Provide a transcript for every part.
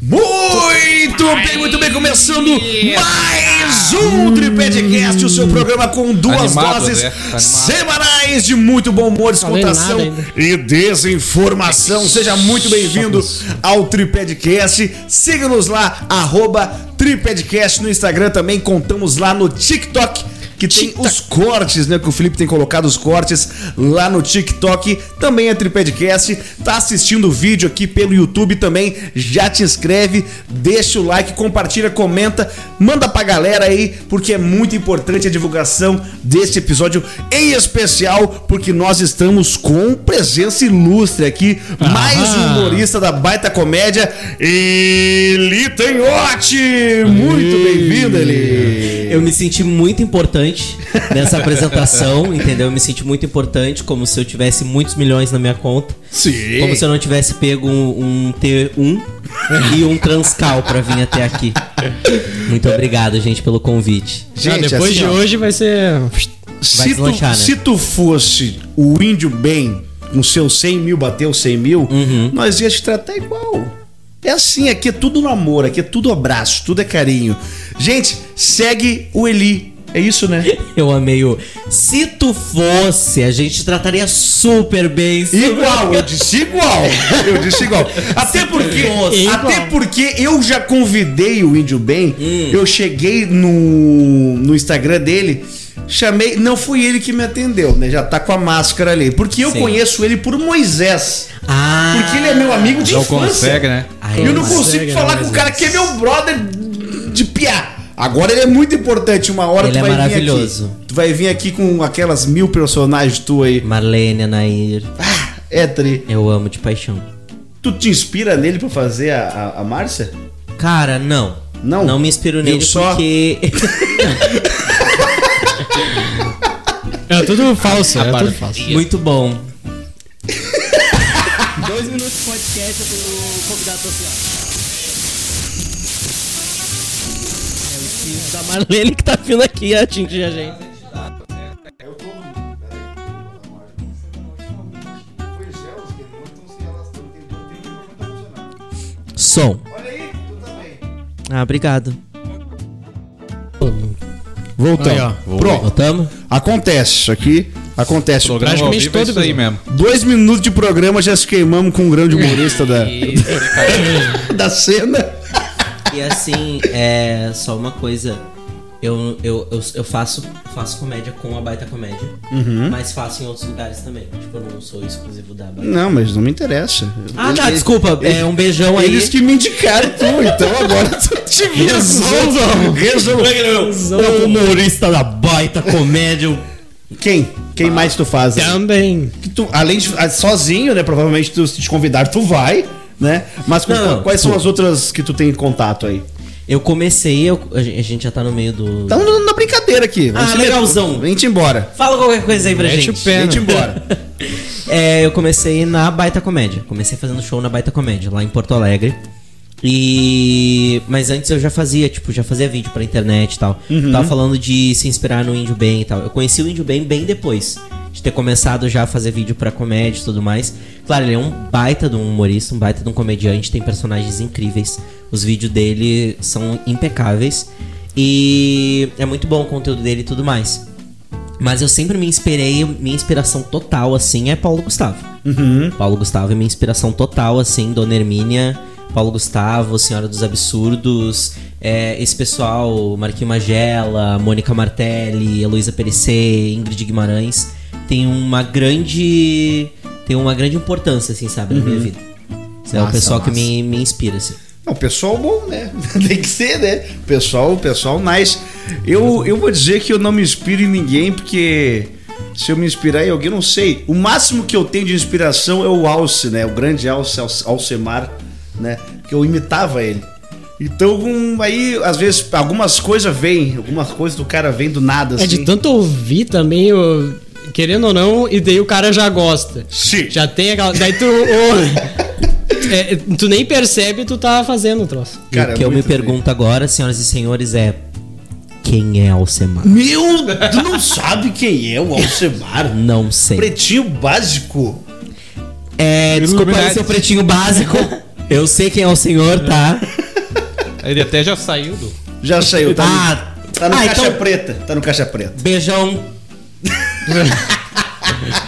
Muito bem, muito bem, começando mais um Tripedcast, o seu programa com duas Animado, doses né? Animado. semanais de muito bom humor, Falei nada descontração ainda. e desinformação. Seja muito bem-vindo ao Tripedcast. Siga-nos lá, arroba Tripedcast no Instagram também, contamos lá no TikTok. Que tem os cortes, né? Que o Felipe tem colocado os cortes lá no TikTok. Também é Tripadcast. Tá assistindo o vídeo aqui pelo YouTube também. Já te inscreve, deixa o like, compartilha, comenta, manda pra galera aí, porque é muito importante a divulgação deste episódio em especial, porque nós estamos com presença ilustre aqui. Ah. Mais um humorista da baita comédia, Eli Tanhotti! Muito bem-vindo, Eli! Eu me senti muito importante nessa apresentação, entendeu? Eu me senti muito importante, como se eu tivesse muitos milhões na minha conta. Sim. Como se eu não tivesse pego um, um T1 e um Transcal pra vir até aqui. Muito obrigado, gente, pelo convite. Gente, Ah, depois assim, de ó, hoje vai ser. vai se, tu, deslanchar, né? se tu fosse o índio bem, com seus 100 mil, bateu 100 mil, Uhum. nós ia te tratar igual. É assim, aqui é tudo no amor, aqui é tudo abraço, tudo é carinho. Gente, segue o Eli. É isso, né? Eu amei o. Se tu fosse, a gente te trataria super bem. super- Igual, eu disse igual. Eu disse igual. Até porque, É Igual. até porque eu já convidei o Índio Bem. Hum. Eu cheguei no, no Instagram dele, chamei. Não foi ele que me atendeu, né? Já tá com a máscara ali. Porque eu Sim. conheço ele por Moisés. Ah, Porque ele é meu amigo de Não infância. consegue, né? Ai, eu não mas- consigo Consegue, falar né, com o Moisés? cara que é meu brother de piá. Agora ele é muito importante. Uma hora Ele tu é vai vir maravilhoso. aqui. Tu vai vir aqui com aquelas mil personagens tu aí. Marlene, Anair, Ah, é tri. eu amo de paixão. Tu te inspira nele pra fazer a, a, a Márcia? Cara, não. Não? Não me inspiro Eu nele só- porque. É tudo falso, é tudo falso. Muito bom. Dois minutos de podcast pelo convidado social. É o espírito da Marlene que tá vindo aqui atingir a gente. Som. Ah, obrigado. Voltamos. Aí, ó. Pronto. Voltamos? Acontece isso aqui. Acontece. Programa ao Praticamente vivo é isso todos, aí né? mesmo. Dois minutos de programa já se queimamos com um grande humorista da, da cena. E assim, é só uma coisa. Eu, eu, eu, eu faço, faço comédia com a Baita Comédia, mas faço em outros lugares também. Tipo, eu não sou exclusivo da Baita. Não, mas não me interessa. Ah, tá, desculpa. É um beijão aí. Eles que me indicaram tu, então agora tu te resolvam. É o humorista da Baita Comédia. Quem? Quem Ah. mais tu faz? aí? Então- Também. Que tu- além de ah, sozinho, né? Provavelmente tu, se te convidar, tu vai, né? Mas com- Não, quais são as outras que tu tem contato aí? Eu comecei, eu, a gente a gente já tá no meio do. Então, na- na brincadeira aqui. Ah, Vamos legalzão. Vem te embora. Fala qualquer coisa aí pra Mete gente. o pé. Vem te né? embora. É, eu comecei na Baita Comédia. Comecei fazendo show na Baita Comédia, lá em Porto Alegre. E. Mas antes eu já fazia, tipo, já fazia vídeo pra internet e tal. Tava falando de se inspirar no Índio Bem e tal. Eu conheci o Índio Bem bem depois de ter começado já a fazer vídeo pra comédia e tudo mais. Claro, ele é um baita de um humorista, um baita de um comediante, tem personagens incríveis. Os vídeos dele são impecáveis. E é muito bom o conteúdo dele e tudo mais. Mas eu sempre me inspirei, minha inspiração total, assim, é Paulo Gustavo. Uhum. Paulo Gustavo é minha inspiração total, assim, Dona Hermínia, Paulo Gustavo, Senhora dos Absurdos, é, esse pessoal, Marquinhos Magela, Mônica Martelli, Heloísa Perecer, Ingrid Guimarães, tem uma grande. tem uma grande importância, assim, sabe, na minha vida. É o Uhum. Massa, pessoal que massa. me, me inspira, assim. Não, pessoal bom, né? Tem que ser, né? Pessoal, pessoal nice. Eu, eu vou dizer que eu não me inspiro em ninguém, porque se eu me inspirar em alguém, eu não sei. O máximo que eu tenho de inspiração é o Alce, né? O grande Alce, Alce- Alcemar, né? Que eu imitava ele. Então, um, aí, às vezes, algumas coisas vêm, algumas coisas do cara vem do nada, assim. É de tanto ouvir também, eu- querendo ou não, e daí o cara já gosta. Sim. Já tem aquela. Daí tu. ô, é, tu nem percebe tu tá fazendo o troço. E o que eu me muito bem. pergunto agora, senhoras e senhores, é. Quem é Alcemar? Meu, tu não sabe quem é o Alcemar? Não sei. Pretinho básico. É, desculpa aí Iluminati. seu pretinho básico. Eu sei quem é o senhor, tá? Ele até já saiu do. Já saiu, tá? no- Ah, tá no ah, caixa então- preta. Tá no caixa preta. É. beijão.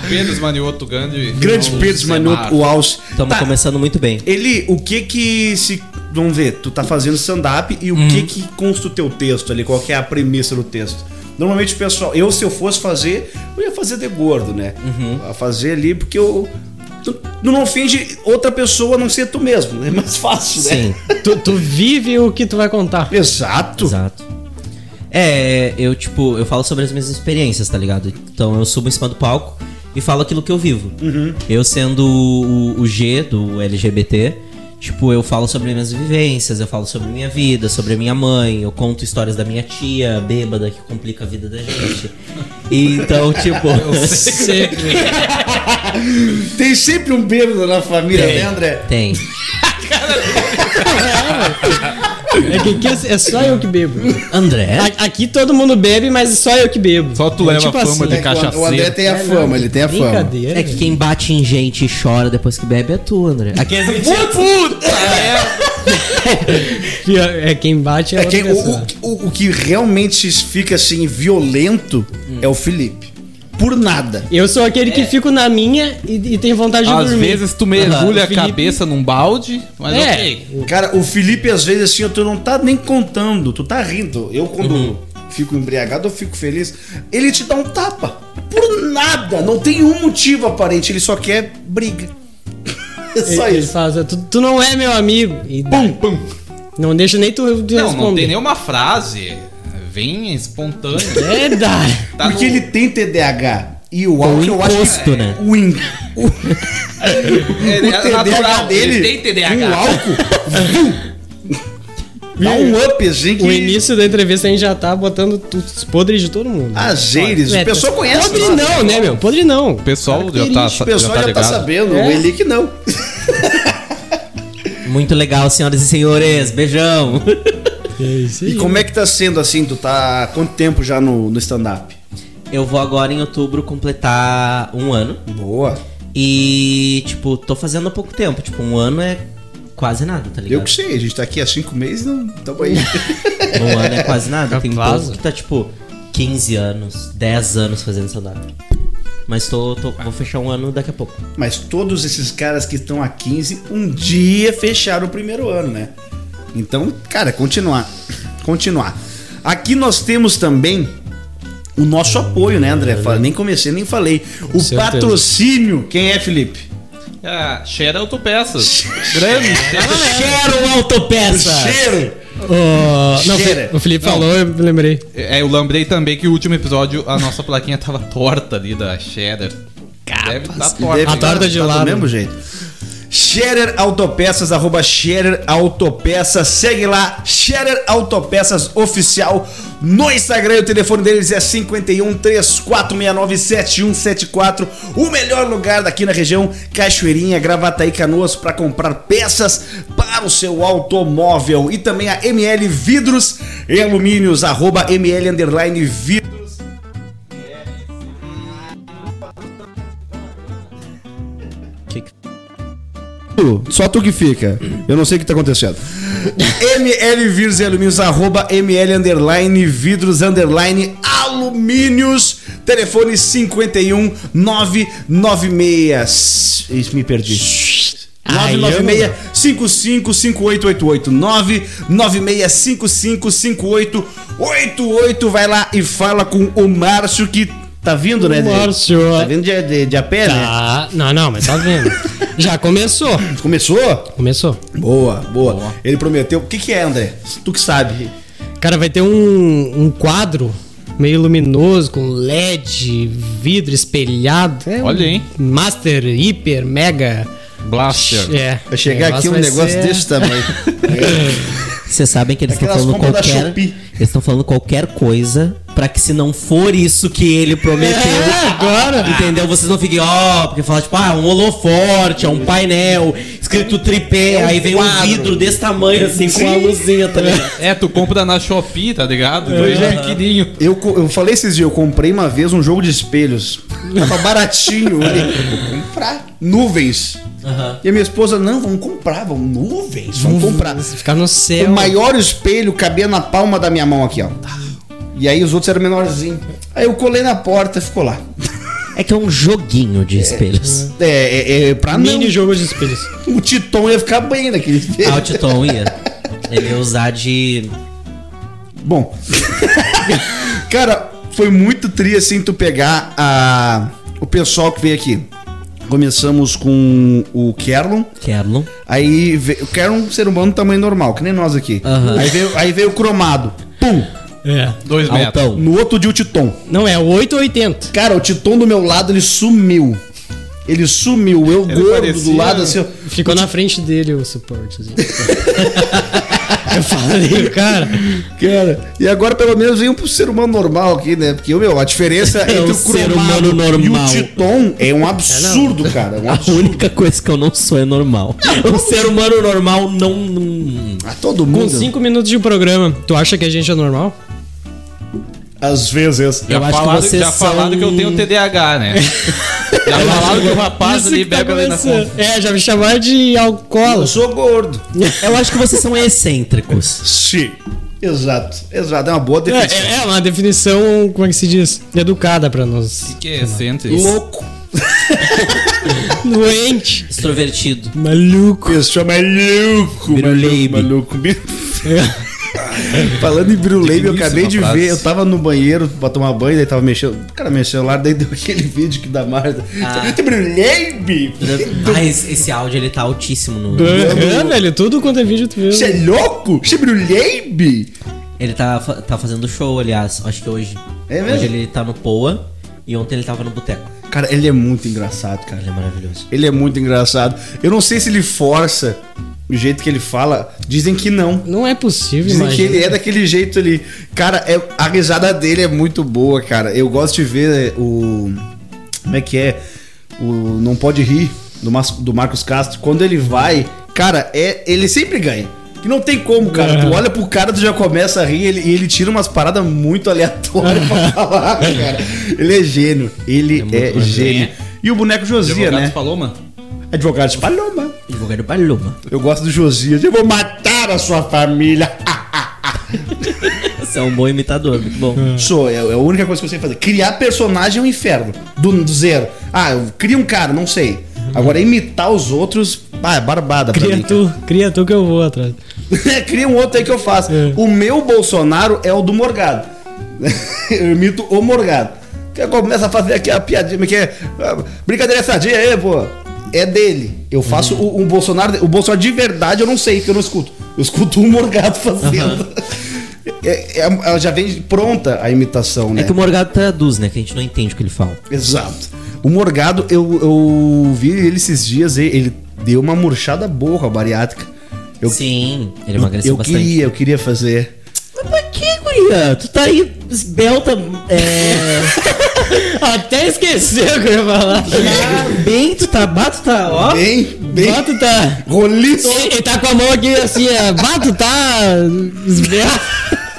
Pedro Manioto, grande. Grande irmão é Pedro Manioto, Semar. o Alce. Estamos Tá, começando muito bem. Ele, o que que se... Vamos ver, tu tá fazendo stand-up e o Uhum. que que consta o teu texto ali? Qual que é a premissa do texto? Normalmente o pessoal... Eu, se eu fosse fazer, eu ia fazer de gordo, né? Uhum. A fazer ali, porque eu... Tu, tu não ofende outra pessoa a não ser tu mesmo. É mais fácil, né? Sim, Tu, tu vive o que tu vai contar. Exato. exato. É, eu tipo, eu falo sobre as minhas experiências, tá ligado? Então eu subo em cima do palco e falo aquilo que eu vivo. Eu sendo o, o G do LGBT, tipo, eu falo sobre minhas vivências, eu falo sobre minha vida, sobre a minha mãe, eu conto histórias da minha tia bêbada que complica a vida da gente. E então, tipo, Tem sempre um bêbado na família, né, André? tem. É que aqui é é só eu que bebo. André? A- Aqui todo mundo bebe, mas só eu que bebo. Só tu É leva a assim. fama de cachaceiro. O André tem a fama, ele tem a fama. Brincadeira. É que quem bate em gente e chora depois que bebe é tu, André. Aqui é velho. É quem bate é, É outra quem, o, pessoa. o, o- o que realmente fica assim violento é o Felipe. Por nada. Eu sou aquele É. que fico na minha e, e tenho vontade de Às dormir. vezes tu mergulha Aham. a cabeça num balde, mas É. ok. Cara, o Felipe, às vezes, assim, tu não tá nem contando, tu tá rindo. Eu, quando fico embriagado, eu fico feliz. Ele te dá um tapa. Por nada. Não tem um motivo aparente. Ele só quer briga. É só Ele- ele isso. fala, tu, tu não é meu amigo. E Pum, pum. não deixa nem tu tu Não, não responder. tem nenhuma frase. Vem espontânea. É, dá. Tá Porque no- ele tem TDAH. E o álcool, eu acho é encosto, né? O, in- o, Ele o é TDAH natural, dele. Um ele tem TDAH. O álcool. vum, dá um up, assim, que... O início da entrevista a gente já tá botando tu- os podres de todo mundo. Azeires. É, O pessoal conhece. Podre nossa. não, né, meu? Podre não. O pessoal já tá, O pessoal já tá, ligado. sabendo. O Eli que não. é Muito legal, senhoras e senhores. Beijão. É isso E aí. como é que tá sendo assim? Tu tá há quanto tempo já no, no stand-up? Eu vou agora em outubro completar um ano. Boa. E, tipo, tô fazendo há pouco tempo. Tipo, um ano é quase nada, tá ligado? Eu que sei, a gente tá aqui há cinco meses e não tamo aí. Um ano é quase nada. Tem Capaz. pouco que tá, tipo, 15 anos, 10 anos fazendo stand-up. Mas tô, tô- vou fechar um ano daqui a pouco. Mas todos esses caras que estão há 15, um dia fecharam o primeiro ano, né? Então, cara, continuar. Continuar. Aqui nós temos também o nosso apoio, né, André? Fala- Nem comecei, nem falei. O certeza. patrocínio, quem é, Felipe? Ah, cheira autopeças. Grande. Quero autopeça! Cheiro! Ô, não, Cheira. o Felipe falou, eu lembrei. É, eu lembrei também que o último episódio a nossa plaquinha tava torta ali da cheddar. Deve tá torta. Deve A torta tá- de tá lado. Do mesmo jeito. Scherer Autopeças, arroba Scherer Autopeças. Segue lá, Scherer Autopeças Oficial no Instagram. O telefone deles é 51 3469 7174. O melhor lugar daqui na região, Cachoeirinha, Gravataí, Canoas, para comprar peças para o seu automóvel. E também a ML Vidros e Alumínios, arroba ML Underline Vidros. Tu, Só tu que fica. Eu não sei o que tá acontecendo. ML Vidros e Alumínios, arroba ML underline Vidros underline Alumínios. Telefone 51 996. Isso, me perdi. 996 555888 996555888 Vai lá e fala com o Márcio que tá vindo, né? O de- Márcio. Tá vindo de, de, de a pé, né? Tá. Não, não, mas tá vendo. Já começou. Começou? Começou. Boa, boa, Ele prometeu. O que, que é, André? Tu que sabe. Cara, vai ter um, um quadro meio luminoso, com LED, vidro espelhado. É um Olha, hein? Master, hiper, mega. Blaster. É. Vai chegar O aqui um vai negócio ser- desse tamanho. Vocês sabem que eles estão Aquelas falando compras da qualquer. Shopee. Eles estão falando qualquer coisa pra que se não for isso que ele prometeu. É, agora. Entendeu? Vocês não fiquem, ó, porque fala tipo, ah, um holoforte, é um painel, escrito tripé, aí vem um vidro desse tamanho assim com a luzinha também. É, tu compra na Shopee, tá ligado? É. Dois pequenininho. eu, co- eu falei esses dias, eu comprei uma vez um jogo de espelhos. Tava baratinho. Eu falei, Vou comprar né? nuvens. E a minha esposa, não, vamos comprar, vamos nuvens, vamos Vamos comprar. Ficar no O céu. maior espelho cabia na palma da minha mão aqui, ó. Tá. E aí os outros eram menorzinhos. Aí eu colei na porta e ficou lá. É que é um joguinho de espelhos. É, é, é pra um Mini não. jogo de espelhos. O Titon ia ficar bem naquele espelho. Altiton Ah, ia. Ele ia usar de. Bom. Cara, foi muito tri assim tu pegar a o pessoal que veio aqui. Começamos com o Kerlon, Kerlon. aí veio, o Kerlon é um ser humano do tamanho normal, que nem nós aqui. Aham. Aí, veio, aí veio o cromado. Pum! É. Dois metros. Altão. No outro dia o Titon. Não, é 8 ou 80. Cara, o Titon do meu lado, ele sumiu. Ele sumiu, eu Ele gordo do parecia- lado assim. ó. Ficou na frente dele o suporte. assim. Eu falei, cara. Cara, e agora pelo menos veio pro ser humano normal aqui, né? Porque, meu, a diferença entre o É o ser cromado humano e o normal. Titon é um absurdo, cara. É um A absurdo. única coisa que eu não sou é normal. Um ser humano normal não. não- A todo Com mundo. 5 minutos de programa, tu acha que a gente é normal? Às vezes. Eu acho que falaram, vocês já falaram são- que eu tenho TDAH, né? já falaram que o rapaz ali bebe ali na conta. É, já me chamaram de Eu alcoólatra. sou gordo. Eu acho que vocês são excêntricos. Sim. Exato, exato. É uma boa definição. É, é, é uma definição, como é que se diz? Educada pra nós. Que é excêntrico. Louco. Doente. Extrovertido. Maluco. Esse chama é louco. Biruleibe. Maluco. maluco. Falando em Biruleibe, eu Digníssima acabei de frase. ver. Eu tava no banheiro pra tomar banho, daí tava mexendo. Cara, meu celular, daí deu aquele vídeo que da Marta. Ah. Tem Biruleibe? Ah, esse, esse áudio ele tá altíssimo no. É, velho, tudo quanto é vídeo tu viu. Você é louco? Você é Biruleibe? Ele tá, fa- tá fazendo show, aliás, acho que hoje. É mesmo? Hoje ele tá no Poa e ontem ele tava no Boteco. Cara, ele é muito engraçado, cara. Ele é maravilhoso. Ele é muito engraçado. Eu não sei se ele força o jeito que ele fala. Dizem que não. Não é possível, Dizem que imagina. ele é daquele jeito ali. Cara, é, a risada dele é muito boa, cara. Eu gosto de ver o. Como é que é? O Não Pode Rir do, Mas- do Marcos Castro. Quando ele vai, cara, é, ele sempre ganha. Que não tem como, cara. Tu olha pro cara, tu já começa a rir ele- e ele, tira umas paradas muito aleatórias pra falar, cara. Ele é gênio. Ele é, gênio. E o boneco Josia, Advogado né? falou, mano. Advogado de Paloma. Advogado Paloma. Eu gosto do Josias. Eu vou matar a sua família. Você é um bom imitador, muito bom. Sou, é, é a única coisa que eu sei fazer. Criar personagem é um inferno. Do, do zero. Ah, eu crio um cara, não sei. Agora, imitar os outros, ah, é barbada pra Cria mim. cara. tu, cria tu que eu vou atrás. Cria um outro aí que eu faço. É. O meu Bolsonaro é o do Morgado. eu imito o Morgado. Que começa a fazer aqui a piadinha, que é. ah, Brincadeira sadia aí, pô. É dele. Eu faço Uhum. o, o Bolsonaro. O Bolsonaro de verdade eu não sei, porque eu não escuto. Eu escuto o Morgado fazendo. É- é- ela já vem pronta a imitação, né? É que o Morgado traduz, né? Que a gente não entende o que ele fala. Exato. O Morgado, eu, eu vi ele esses dias, e- ele deu uma murchada boa com a bariátrica. Eu, Sim, ele eu, emagreceu eu bastante. queria, eu queria fazer. Mas pra que, guria? Tu tá aí esbelta, é... Até esqueceu o que eu ia falar. bem, tu tá bato, tá, ó. Bem, bem. Bato tá. Roliço. Ele tá com a mão aqui assim, é. Bato tá. Esbelto.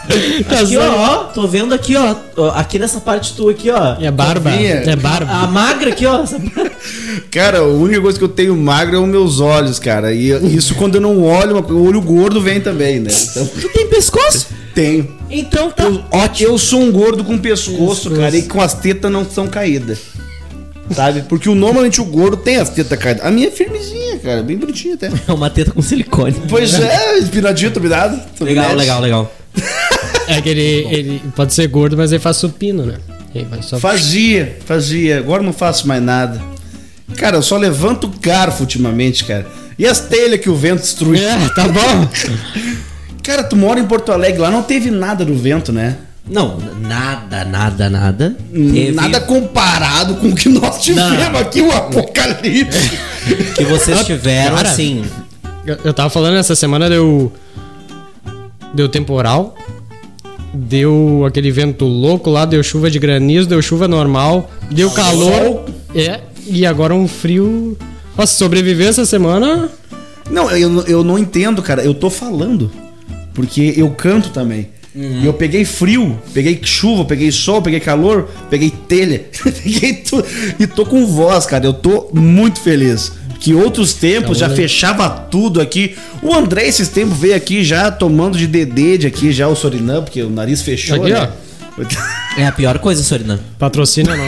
Tá Aqui, só- ó, ó, tô vendo aqui, ó, ó, aqui nessa parte tua aqui, ó. É barba. Novinha. É barba. A magra aqui, ó. essa- Cara, a única coisa que eu tenho magro é os meus olhos, cara. E eu- isso quando eu não olho, uma- o olho gordo vem também, né? Então, Tu tem pescoço? tenho. Então tá. Eu, eu sou um gordo com pescoço, cara, e com as tetas não são caídas. Sabe? Porque o- normalmente o gordo tem as tetas caídas. A minha é firmezinha, cara, bem bonitinha até. É uma teta com silicone. Pois é, espinadinho, turbinado. Legal, turbinete. legal, legal. É que ele, ele pode ser gordo, mas ele faz supino, né? Ele vai só. Fazia, fazia. Agora não faço mais nada. Cara, eu só levanto garfo ultimamente, cara. E as telhas que o vento destruiu. É, tá bom. Cara, tu mora em Porto Alegre, lá não teve nada do vento, né? Não, nada, nada, nada. Teve Nada comparado com o que nós tivemos aqui, o apocalipse. que vocês Ah, tiveram, cara. assim. Eu, eu tava falando essa semana, deu. Deu temporal. Deu aquele vento louco lá, deu chuva de granizo, deu chuva normal, deu calor. É, e agora um frio. Nossa, sobreviver essa semana. Não, eu, eu não entendo, cara. Eu tô falando. Porque eu canto também. Uhum. E eu peguei frio, peguei chuva, peguei sol, peguei calor, peguei telha, peguei tudo. E tô com voz, cara. Eu tô muito feliz. Porque que outros tempos Então, já né? fechava tudo aqui. O André esses tempos veio aqui já tomando de dedê de aqui já o Sorinam, porque o nariz fechou, Aqui, né? É a pior coisa, Sorina. Patrocina não.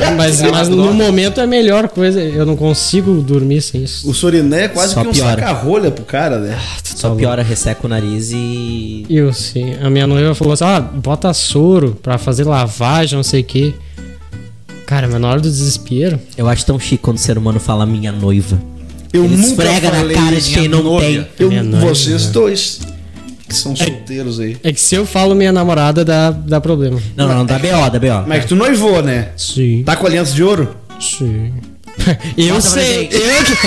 É, mas mas no momento é a melhor coisa. Eu não consigo dormir sem isso. O Sorinã é quase Só que um piora. saca-rolha pro cara, né? Só piora, resseca o nariz e. Eu sei. A minha noiva falou assim: ah, bota soro pra fazer lavagem, não sei o quê. Cara, mas na hora do desespero. Eu acho tão chique quando o ser humano fala minha noiva. Eu Ele esfrega na cara de isso, quem não minha tem. É Eu, Minha noiva. vocês dois, que são solteiros aí. É que se eu falo minha namorada, dá, dá problema. Não, não, não, da BO, da BO. Mas é que tu noivou, né? Sim. Tá com aliança de ouro? Sim. Eu Mostra pra sei, eu gente. que,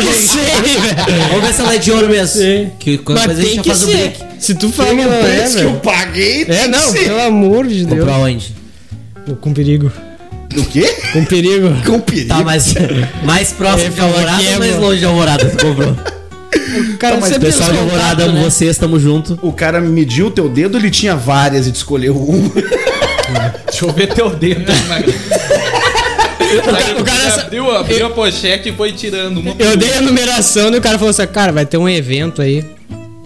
eu que sei, velho. Vamos ver se ela é de ouro mesmo. Sim. Que Mas qualquer coisa a tem gente que já faz o ser. break. Se tu fala que não é, Esse que eu velho. paguei tem É, que não, ser. então- pelo amor de Deus. Comprou aonde? Com perigo. O quê? Com perigo. Com perigo. Tá, mas mais próximo Ele de falou Alvorada que é, ou mais mano. longe de Alvorada tu comprou? Cara, mas sempre Pessoal de tem os Alvorada, contatos, amo né? vocês, tamo junto. O cara mediu o teu dedo, ele tinha várias e tu escolheu uma. Deixa eu ver teu dedo. o cara abriu, abriu a pochete e foi tirando uma. Eu dei a numeração e o cara falou assim: Cara, vai ter um evento aí.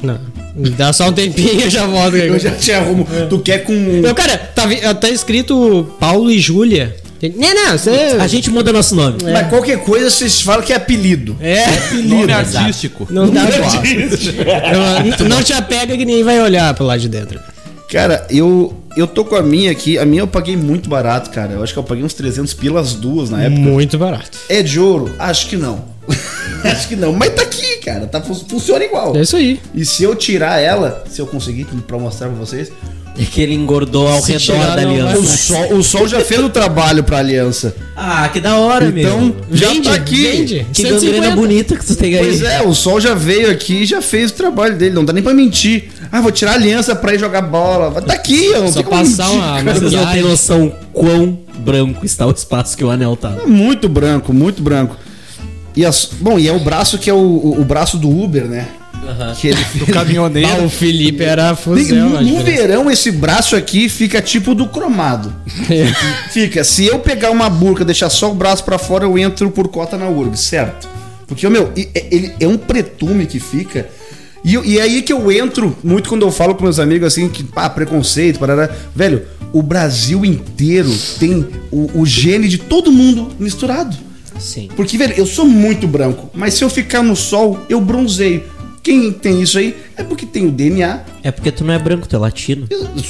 Não, me dá só um tempinho eu já volto. Eu já tinha arrumo. É. Tu quer com. um. Eu, cara, tá, vi- tá escrito Paulo e Júlia. Não, não, você. A gente muda nosso nome. Mas qualquer coisa vocês falam que é apelido. É, Nome artístico. não Tá, dá bola. Exato. Eu- Não te apega que nem vai olhar pro lado de dentro. Cara, eu, eu tô com a minha aqui. A minha eu paguei muito barato, cara. Eu acho que eu paguei uns 300 pilas duas na época. É Muito barato. É de ouro? Acho que não. acho que não. Mas tá aqui, cara. Tá, fun- funciona igual. É isso aí. E se eu tirar ela, se eu conseguir pra mostrar pra vocês, É que ele engordou ao Se redor tirar, da não o aliança. né? sol, o sol já fez o trabalho pra aliança. Ah, que da hora, Então, meu. já Vende, tá aqui. vende. Que gangrena 150. bonita que tu tem aí. Pois é, o sol já veio aqui e já fez o trabalho dele. Não dá nem pra mentir. Ah, vou tirar a aliança pra ir jogar bola. Mas Tá aqui, eu não Só tem como passar mentir, uma- cara. Vocês não têm noção quão branco está o espaço que o anel tá. É Muito branco, muito branco. E as- bom, e é o braço que é o, o- o braço do Uber, né? Que ele fez. Ah, o Felipe Tem- era fuzel. no a diferença. verão, esse braço aqui fica tipo do cromado. fica. Se eu pegar uma burca, deixar só o braço pra fora, eu entro por cota na URGS, certo? Porque, meu, e- é- ele é um pretume que fica. E, eu- e é aí que eu entro muito quando eu falo com meus amigos assim, que, pá, preconceito, parará. Velho, o Brasil inteiro tem o, o gene de todo mundo misturado. Sim. Porque, velho, eu sou muito branco, mas se eu ficar no sol, eu bronzeio. Quem tem isso aí é porque tem o DNA É porque tu não é branco, tu é latino.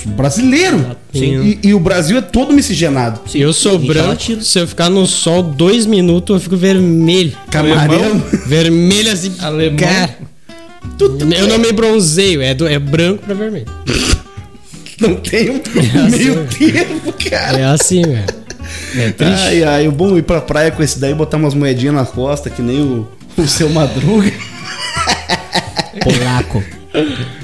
brasileiro. E, e o Brasil é todo miscigenado. eu sou Sim, branco. é latino. Se eu ficar no sol dois minutos, eu fico vermelho. Camarão. Vermelho assim. Alemão. Cara, Tudo eu não me bronzeio. É, do- é branco pra vermelho. não tem um meio termo, cara. É assim, velho. É triste. Ai, ai, o bom é ir pra praia com esse daí, botar umas moedinhas na costa, que nem o, o seu Madruga. Polaco.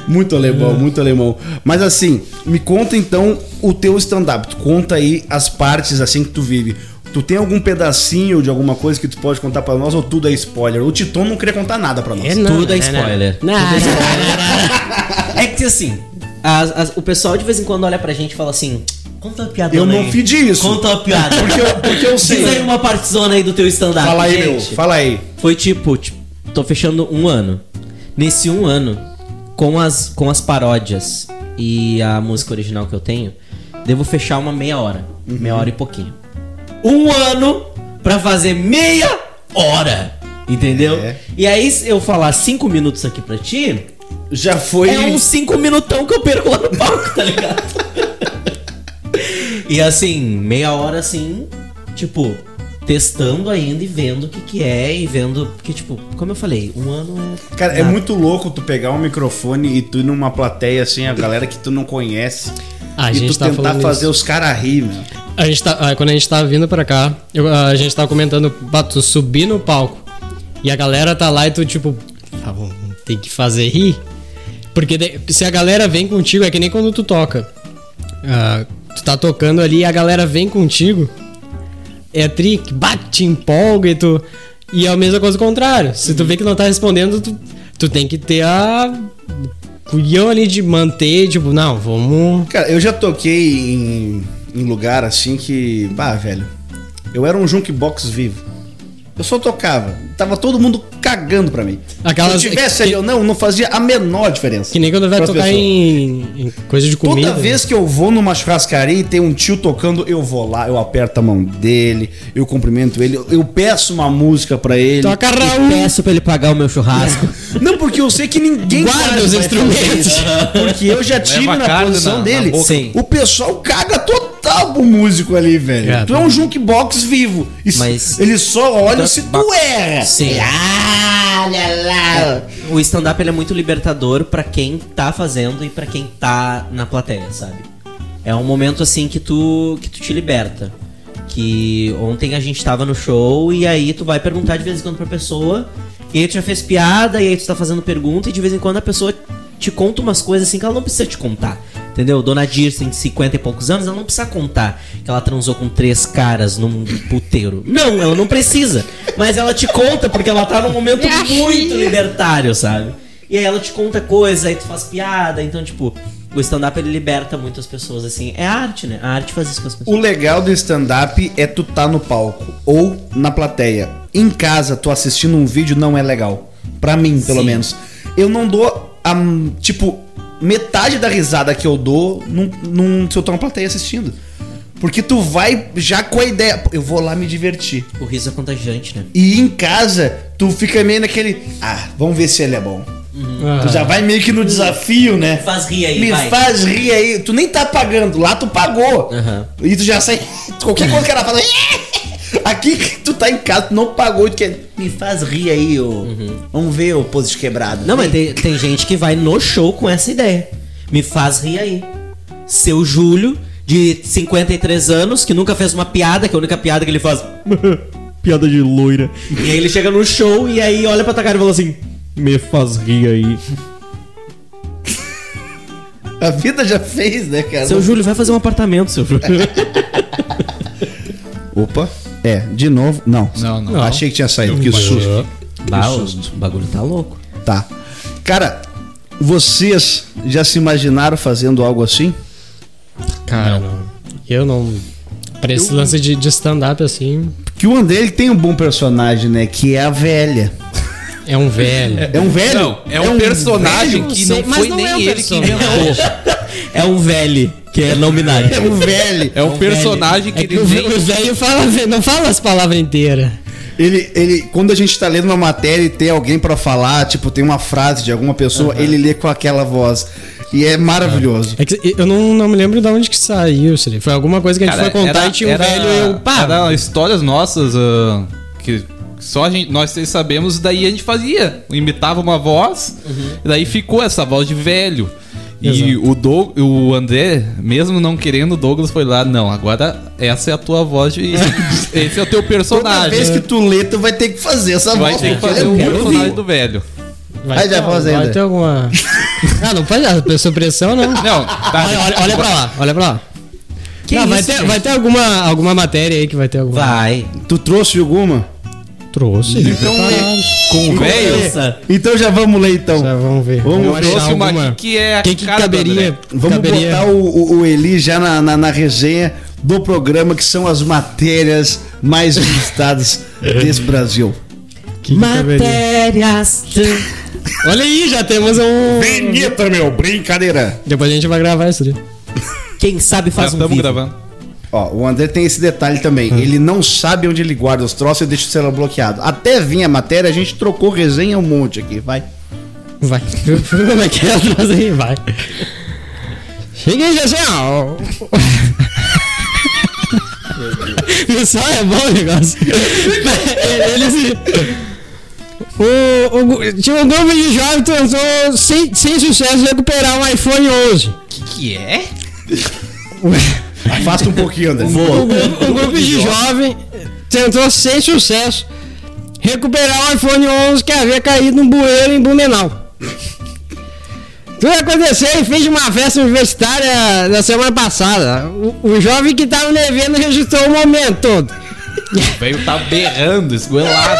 Muito alemão, muito alemão. Mas assim, me conta então o teu stand-up. Tu Conta aí as partes assim que tu vive. Tu tem algum pedacinho de alguma coisa que tu pode contar pra nós ou tudo é spoiler? O Titon não queria contar nada pra nós. Tudo é spoiler. né, Não, não, É que assim, as- as- o pessoal de vez em quando olha pra gente e fala assim: conta uma piada. Eu não pedi isso. Conta uma piada. Porque eu, porque eu Diz aí sei. uma partizona aí do teu stand-up. Fala aí, meu. gente. Fala aí. Foi tipo, tipo, tô fechando um ano. Nesse um ano, com as, com as paródias e a música original que eu tenho, devo fechar uma meia hora. Meia hora e pouquinho. Um ano pra fazer meia hora. Entendeu? É. E aí, se eu falar cinco minutos aqui pra ti, Já foi. é uns cinco minutão que eu perco lá no palco, tá ligado? e assim, meia hora assim, tipo, testando ainda e vendo o que que é e vendo, porque tipo, como eu falei, um ano é... Cara, é nada. muito louco tu pegar um microfone e tu ir numa plateia assim, a galera que tu não conhece. A e gente tu tá tentar falando fazer isso. os caras rir, meu. A gente tá, ah, quando a gente tava vindo pra cá, eu- ah, a gente tava comentando, "Bah, tu subir no palco e a galera tá lá e tu tipo, "Ah, bom, tem que fazer rir. Porque de- se a galera vem contigo, é que nem quando tu toca. Ah, tu tá tocando ali e a galera vem contigo, é trick, bate, empolga e tu. E é a mesma coisa o contrário. Se tu vê que não tá respondendo, tu, tu tem que ter a. Cuião ali de manter, tipo, não, vamos. Cara, eu já toquei em, em lugar assim que. Bah, velho. Eu era um jukebox vivo. Eu só tocava. Tava todo mundo cagando pra mim. Aquelas- Se eu tivesse que- ali ou não, não fazia a menor diferença. Que nem quando vai pras tocar pessoas. em, em coisa de Toda comida. vez que eu vou numa churrascaria e tem um tio tocando, eu vou lá, eu aperto a mão dele, eu cumprimento ele, eu- eu peço uma música pra ele. Toca E Raul. peço pra ele pagar o meu churrasco. Não, porque eu sei que ninguém Guarda mais os vai fazer instrumentos. isso. Porque eu já tive a na carne posição na- na dele. boca. Sim. O pessoal caga total pro músico ali, velho. É, tu é um jukebox vivo. E se- Mas- Então, Ele só olha se Ba- tu erra. Sim. O stand-up ele é muito libertador pra quem tá fazendo e pra quem tá na plateia, sabe? É um momento assim que tu que tu te liberta. Que ontem a gente tava no show e aí tu vai perguntar de vez em quando pra pessoa, e aí tu já fez piada, e aí tu tá fazendo pergunta, e de vez em quando a pessoa te conta umas coisas assim que ela não precisa te contar. Entendeu? Dona Dirce tem 50 e poucos anos, ela não precisa contar que ela transou com três caras num puteiro. Não, ela não precisa. Mas ela te conta porque ela tá num momento muito libertário, sabe? E aí ela te conta coisa, aí tu faz piada, então, tipo, o stand-up ele liberta muito as pessoas, assim. É arte, né? A arte faz isso com as pessoas. O legal do stand-up é tu tá no palco ou na plateia. Em casa, tu assistindo um vídeo não é legal. Pra mim, pelo Sim. menos. Eu não dou a. hum, Tipo, metade da risada que eu dou num, num- se eu tô na plateia assistindo. Porque tu vai já com a ideia. "Pô, Eu vou lá me divertir. O riso é contagiante, né? E em casa, tu fica meio naquele. Ah, vamos ver se ele é bom. Ah, Tu já vai meio que no desafio, né? Faz rir aí, Me vai. faz rir aí. Tu nem tá pagando. Lá tu pagou. Aham. E tu já sai. Qualquer coisa que ela fala. Aqui tu tá em casa, tu não pagou. e Tu quer... Me faz rir aí, ô. Uhum. Vamos ver o poses quebrado. Não, mas tem, tem gente que vai no show com essa ideia. Me faz rir aí. Seu Júlio, de 53 anos, que nunca fez uma piada, que a única piada que ele faz. piada de loira. E aí ele chega no show e aí olha pra tua cara e fala assim: Me faz rir aí. A vida já fez, né, cara? Seu Júlio, vai fazer um apartamento, seu Júlio. Opa. É, de novo. Não. Não, não. Uhum. Achei que tinha saído. Que susto. Bah, o bagulho tá louco. Tá. Cara, vocês já se imaginaram fazendo algo assim? Cara, não. eu não. Pra esse lance de, de stand-up assim, Que o André ele tem um bom personagem, né? Que é a velha. é um velho. É um velho? Não, é, um, personagem que não sei, mas foi não nem é um ele que personagem. inventou. É um velho, que é não binário. É um velho. É um personagem que É que ele o nem... o velho fala, não fala as palavras inteiras. Ele, ele, quando a gente tá lendo uma matéria e tem alguém pra falar, tipo, tem uma frase de alguma pessoa, ele lê com aquela voz. E é maravilhoso. É que eu não, não me lembro de onde que saiu, se ele- foi alguma coisa que a gente foi contar e tinha um velho e eu, pá, Era histórias nossas ah, que só a gente, nós três sabemos, daí a gente fazia. Imitava uma voz, Uhum. daí ficou essa voz de velho. E o, Doug, o André, mesmo não querendo, o Douglas foi lá, não, agora essa é a tua voz de. esse é o teu Toda vez que personagem. tu lê, tu vai ter que fazer essa Vai voz. ter que porque fazer ela um o é muito personagem viva. do velho. vai, Aí já ter, faz vai ainda. ter alguma... ah, não pode dar supressão, não. Não, tá. Olha, olha, olha pra lá, olha pra lá. Que é Não, vai, isso, ter, gente? vai ter alguma, alguma matéria aí que vai ter alguma... Vai. Tu trouxe alguma? Trouxe. Então, Caralho. Com o velho. Pensa. então já vamos ler então. Já vamos ver. Vamos Vamos ver Trouxe achar uma alguma... aqui que é a Quem que cara do André. caberia? Vamos caberia... botar o, o- o Eli já na, na, na resenha do programa, que são as matérias mais visitadas desse Brasil. Quem que caberia? Matérias. Olha aí, já temos um... Benita, meu, brincadeira. Depois a gente vai gravar isso ali. Quem sabe faz um Estamos vídeo. gravando. Ó, o André tem esse detalhe também. Hum. Ele não sabe onde ele guarda os troços e deixa o celular bloqueado. Até vir a matéria, a gente trocou resenha um monte aqui, vai. Vai. Como é que é? Traz aí, vai. Chega aí, Jejão. Pessoal, é bom o negócio. Ele se... O, o, gu- tinha um grupo de jovens tentou, sem, sem sucesso, recuperar um iPhone 11. Que é? Afasta um pouquinho, André. O, grupo- o grupo de jovens tentou, sem sucesso, recuperar o iPhone 11 que havia caído num bueiro em Blumenau. Tudo aconteceu em fim de uma festa universitária na semana passada. O, o jovem que estava no evento registrou o momento todo. O velho tá berrando, esgoelado.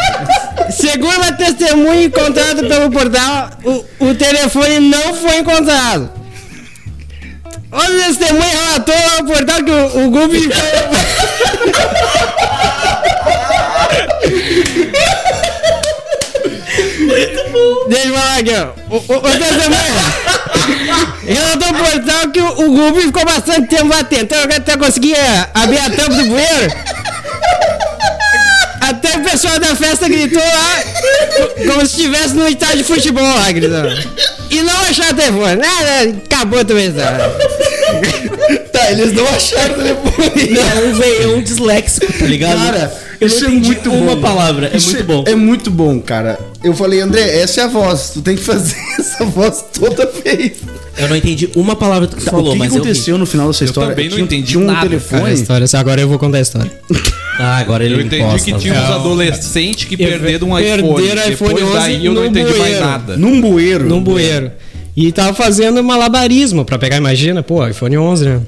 Segundo uma testemunha encontrada pelo portal, o, o telefone não foi encontrado. Outra testemunha relatou ao portal que o, o grupo de... Deixa eu falar aqui, ó. O, o, o testemunho. Relatou pro portal que o, o Rubens ficou bastante tempo lá tentando até conseguir eh, abrir a tampa do bueiro. Até o pessoal da festa gritou lá, co- como se estivesse no estádio de futebol lá, gritando. E não acharam o telefone. Nada, acabou também, sabe? Tá, eles não acharam o telefone. É um veião disléxico, tá ligado? Cara, eu isso é não entendi muito uma bom. palavra. É Isso muito bom. É muito bom, cara. Eu falei, André, essa é a voz. Tu tem que fazer essa voz toda vez. Eu não entendi uma palavra do que tu Tá, o falou, que que, mas aconteceu no final dessa história? também não Tinha- entendi tinha um nada, Cara, a telefone. história, agora eu vou contar a história. eu vi. Ah, agora ele tá Eu entendi encosta, que assim. tinha uns velho. adolescentes que Perderam perderam um iPhone. iPhone Depois 11 daí eu não no entendi mais bueiro. nada. Num bueiro. num bueiro. E tava fazendo malabarismo pra pegar, imagina, pô, iPhone 11, né?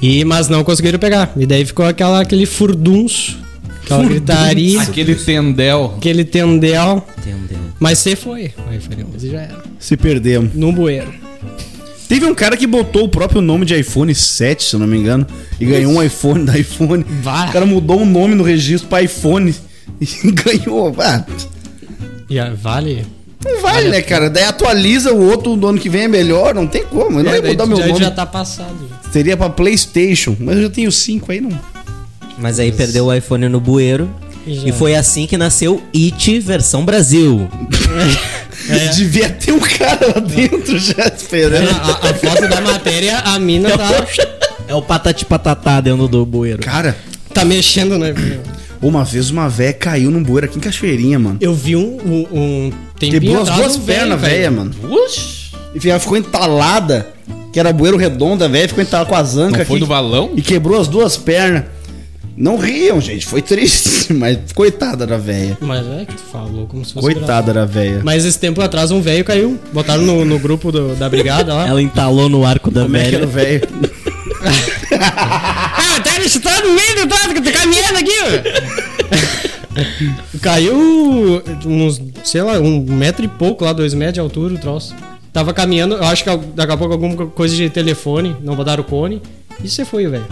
E, mas não conseguiram pegar. E daí ficou aquela, aquele furdunço, aquela gritaria, Aquele tendel. aquele tendel. Entendeu. Mas você foi. O iPhone 11 já era. Se perdemos. Num bueiro. Teve um cara que botou o próprio nome de iPhone 7, se eu não me engano, e ganhou um iPhone da iPhone. Vá. O cara mudou o nome no registro pra iPhone e ganhou. Ah, E a- vale? não vale, né, cara? Daí atualiza o outro do ano que vem é melhor, não tem como. Eu não É, ia daí mudar meu já, nome. já tá passado. já. Seria pra PlayStation, mas eu já tenho 5 aí, não. Mas aí perdeu o iPhone no bueiro. Já. E foi assim que nasceu It versão Brasil. É. Devia ter um cara lá dentro já esperando. A, a- a foto da matéria, a mina tá, É o patati patatá dentro do bueiro. Cara, tá mexendo, né? uma vez uma véia caiu num bueiro aqui em Cachoeirinha, mano. Eu vi um, um, um tempinho Quebrou as atrás duas um velho, pernas, velho. velha, mano. E ela ficou entalada, que era bueiro redonda, velho, ficou entalada com as ancas Não foi aqui no balão? e quebrou as duas pernas. Não riam, gente, foi triste, mas coitada da véia. Mas é que tu falou como se fosse Coitada da véia. Mas esse tempo atrás um velho caiu. Botaram no, no grupo do- da brigada lá. Ela entalou no arco da Como é que era o velha. velho? ah, tá chutando no meio do tráfico, tá caminhando aqui, Caiu uns, sei lá, um metro e pouco lá, dois metros de altura o troço. Tava caminhando, eu acho que al- daqui a pouco alguma coisa de telefone, não botaram o cone. E você foi, velho.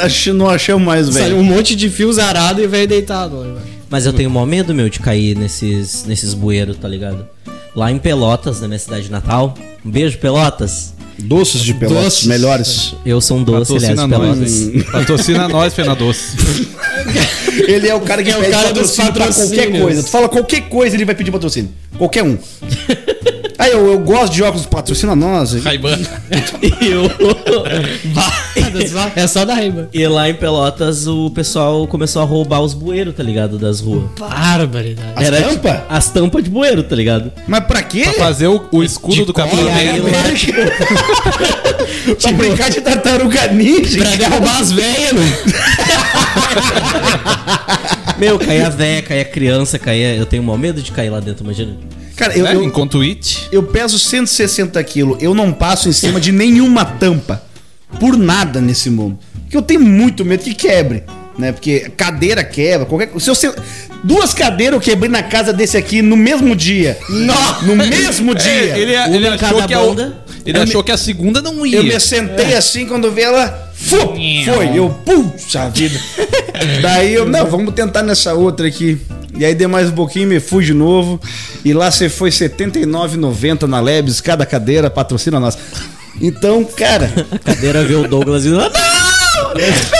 Ach- Não achamos mais, Saiu velho. um monte de fios arado e velho deitado lá embaixo. Mas eu tenho mó medo, meu, de cair nesses, nesses bueiros, tá ligado? Lá em Pelotas, na minha cidade natal. Um beijo, Pelotas. Doces de pelotas, Doces. melhores. Eu sou um doce, aliás, Patrocina de Pelotas. nós. Patrocina nós, Fena Doce. Ele é o cara que É o pede cara dos patrocínio pra qualquer patrocínios. coisa. Tu fala qualquer coisa, ele vai pedir patrocínio. Qualquer um. Aí eu, eu gosto de óculos, patrocina nós. Raiban. E o- É só da raiva. E lá em Pelotas o pessoal começou a roubar os bueiros, tá ligado? Das ruas. Barbaridade. Era tipo, tampa? as tampas de bueiro, tá ligado? Mas pra quê? Pra fazer o, o escudo do Capitão E aí América. né? lá, Pra brincar de tartaruga ninja? Tipo, Pra derrubar as velhas, né? meu, caía a véia, caía a criança, caía. Eu tenho mó medo de cair lá dentro, imagina. Cara, eu, né? eu, Enquanto o It. eu peso 160 quilos. Eu não passo em cima de nenhuma tampa. Por nada nesse mundo. Porque eu tenho muito medo que quebre. Né? Porque cadeira quebra, qualquer coisa. Se eu se- Duas cadeiras eu quebrei na casa desse aqui no mesmo dia. No mesmo dia. É, ele Uma ele em cada achou que a, o- banda. ele achou que a segunda não ia. Eu me sentei É. assim quando vi ela. Fu, foi, eu, puxa vida. Daí eu, não, vamos tentar nessa outra aqui. E aí dei mais um pouquinho, me fui de novo. E lá você foi R$ 79,90 na Lebes, cada cadeira, patrocina nós. Então, cara, A cadeira vê o Douglas e. Ah, não!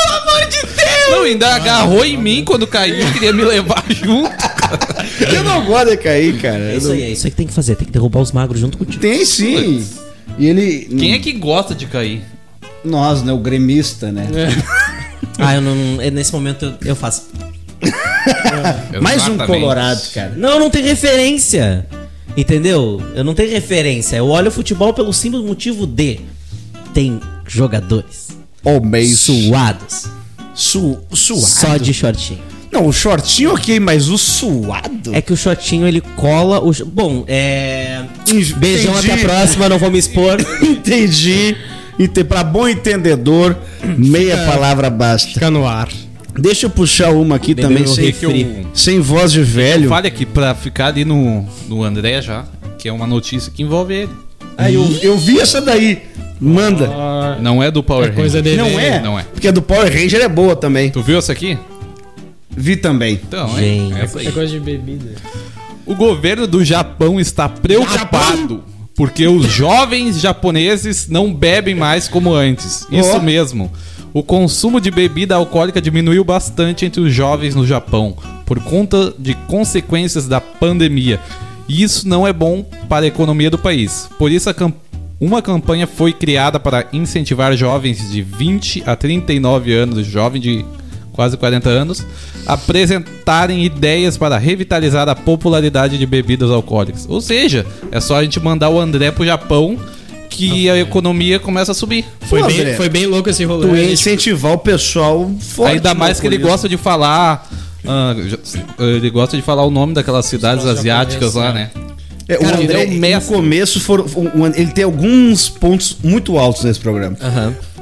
Não, ainda agarrou em mim quando caiu, queria me levar junto. eu não gosto de cair, cara. É Eu isso não- aí, é isso aí que tem que fazer, tem que derrubar os magros junto contigo. Tem sim. E ele. Quem é que gosta de cair? Nós, né? O gremista, né? Ah, eu não. é Nesse momento eu, eu faço. Mais um É, Exatamente. colorado, cara. Não, não tem referência. Entendeu? Eu não tenho referência. Eu olho o futebol pelo simples motivo de. Tem jogadores É Homem su suados. su suado. Só de shortinho. Não, o shortinho ok, mas o suado. É que o shortinho ele cola o. sh- Bom, é. Entendi. Beijão até a próxima, não vou me expor. Entendi. Ente- Pra bom entendedor, meia palavra basta. Fica no ar. Deixa eu puxar uma aqui Bebeu também, meu sem, refri. sem voz de velho. Fale aqui pra ficar ali no, no André já, que é uma notícia que envolve ele. Ah, eu, eu vi essa daí. Manda. Ah, Não é do Power coisa Ranger. dele. Não é? Não é. Porque a do Power Ranger é boa também. Tu viu essa aqui? Vi também. Então, Gente. é essa aí. É coisa de bebida. O governo do Japão está preocupado porque os jovens japoneses não bebem mais como antes. Isso mesmo. O consumo de bebida alcoólica diminuiu bastante entre os jovens no Japão por conta de consequências da pandemia. E isso não é bom para a economia do país. Por isso a campanha uma campanha foi criada para incentivar jovens de 20 a 39 anos, jovem de quase 40 anos, a apresentarem ideias para revitalizar a popularidade de bebidas alcoólicas. Ou seja, é só a gente mandar o André pro Japão que a economia começa a subir. Foi, Pô, bem, André, foi bem louco esse rolê. Tu né? ia incentivar o pessoal forte. é, Ainda mais que ele gosta. gosta de falar. ah, já- ele gosta de falar o nome daquelas cidades asiáticas lá, né? É, Cara, o ele é André, um no mestre. começo, foram, um- um- ele tem alguns pontos muito altos nesse programa.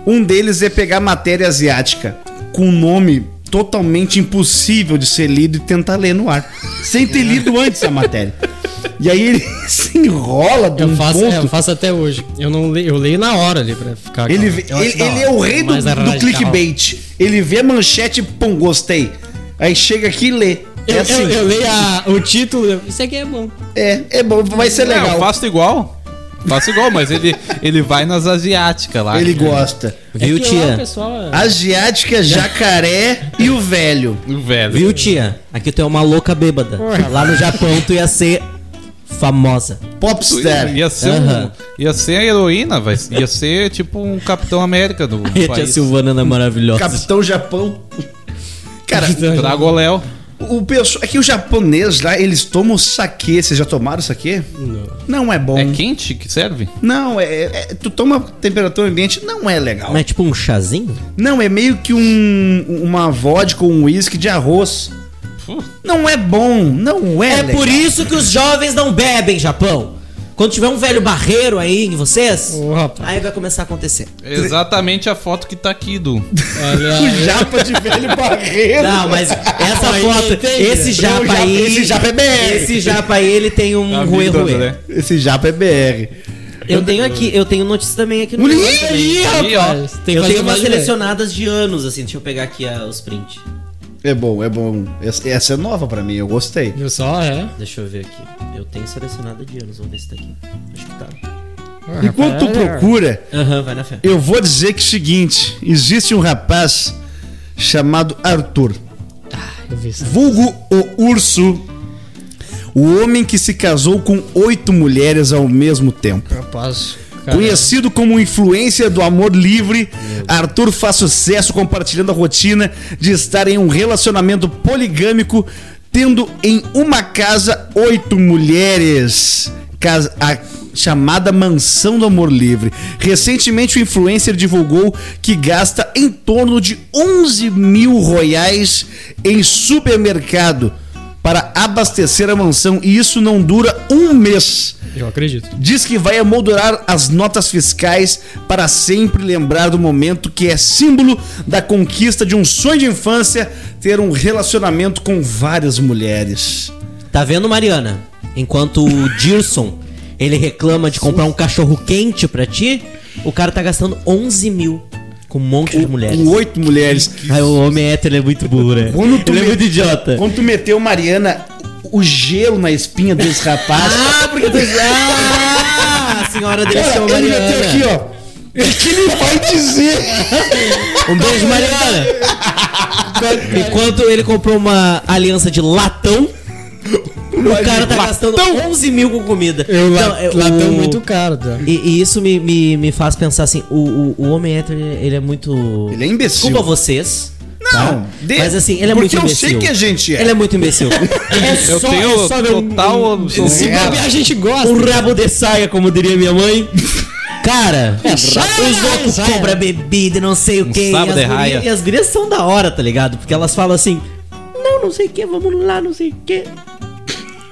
Um deles é pegar matéria asiática com um nome totalmente impossível de ser lido e tentar ler no ar. Sem É. ter lido antes a matéria. E aí ele se enrola de Eu um faço, é, eu ponto. faço até hoje. Eu não leio, eu leio na hora ali pra ficar. Ele, calmo. vê- Eu acho ele, da ele hora, é o rei do, mais do radical. clickbait. Ele vê a manchete, pum, gostei. Aí chega aqui e lê. É Eu, assim. eu- eu leio a- o título. eu- Isso aqui é bom. É, é bom, vai ser Não, eu legal. faço igual. Faço igual, mas ele, ele vai nas asiáticas lá. Ele gosta. Viu, é que lá o tia? pessoal é- Asiática, jacaré e o velho. Velho. Viu, tia? Aqui tu é uma louca bêbada. Lá no Japão tu ia ser famosa. Popstar. né? Ia ser, um- Aham. ia ser a heroína, vai. ia ser tipo um Capitão América do E a tia país. Silvana era maravilhosa. Capitão Japão. Cara, Trago o Léo. o pessoal. É que o japonês lá, eles tomam saquê. Vocês já tomaram saquê? Não. Não é bom. É quente que serve? Não, é, é- Tu toma temperatura ambiente, não é legal. Mas é tipo um chazinho? Não, é meio que um. Uma vodka ou um uísque de arroz. Não é bom, não é. É legal. por isso que os jovens não bebem, Japão. Quando tiver um velho barreiro aí em vocês, Ô, rapaz. aí vai começar a acontecer. Exatamente a foto que tá aqui do. O japa de velho barreiro. Não, mas essa Aí foto, entende. esse japa japa- aí. esse japa é BR. Tá Esse japa aí, ele tem um ruê vida né? do ruê. André. Esse japa é BR. Eu tenho aqui, eu tenho notícia também aqui no. Ih, Ih, ó. Tem fazer eu tenho umas mais de lei. selecionadas de anos, assim. Deixa eu pegar aqui ah, os prints. É bom, é bom. Essa, essa é nova pra mim, eu gostei. Viu só? É. Deixa eu ver aqui. Eu tenho selecionada de anos, vamos ver se tá aqui. Acho que tá. Enquanto tu é. procura, Aham, vai na fé. Eu vou dizer que é o seguinte: existe um rapaz chamado Arthur, Eu vi isso. vulgo o urso, o homem que se casou com oito mulheres ao mesmo tempo. Rapaz. cara. Conhecido como influência do amor livre, Arthur faz sucesso compartilhando a rotina de estar em um relacionamento poligâmico, tendo em uma casa oito mulheres. Casa- a chamada Mansão do Amor Livre. Recentemente, o influencer divulgou que gasta em torno de 11 mil reais em supermercado para abastecer a mansão e isso não dura um mês Eu acredito. diz que vai emoldurar as notas fiscais para sempre lembrar do momento que é símbolo da conquista de um sonho de infância ter um relacionamento com várias mulheres. Tá vendo, Mariana? Enquanto o Dirson, ele reclama de comprar um cachorro quente pra ti, o cara tá gastando 11 mil com um monte de mulheres. Com oito mulheres. Aí o homem hétero é muito burro, né? Quando tu ele é me- muito idiota. Quando tu meteu Mariana, o gelo na espinha desse rapaz. Ah, porque tu... Ah, a senhora dele Cara, chama ele Mariana. meteu aqui, ó. O que ele vai dizer? Um beijo, Mariana. Enquanto ele comprou uma aliança de latão, o cara tá gastando 11 mil com comida. Eu Então, é, lá, lá tão o- muito caro, tá? E, e isso me, me, me faz pensar assim, o, o, o homem hétero, ele ele é muito... Ele é imbecil. Desculpa vocês. Não, de- Mas assim, ele é porque muito eu imbecil. sei que a gente é. Ele é muito imbecil. é Eu tenho total Se absoluto. bobear, a gente gosta. um rabo de saia, como diria minha mãe. Cara, os loucos saia. cobram bebida e não sei o quê. E as, sábado de gurias, raia. e as gurias são da hora, tá ligado? Porque elas falam assim, não, não sei o que, vamos lá, não sei o que.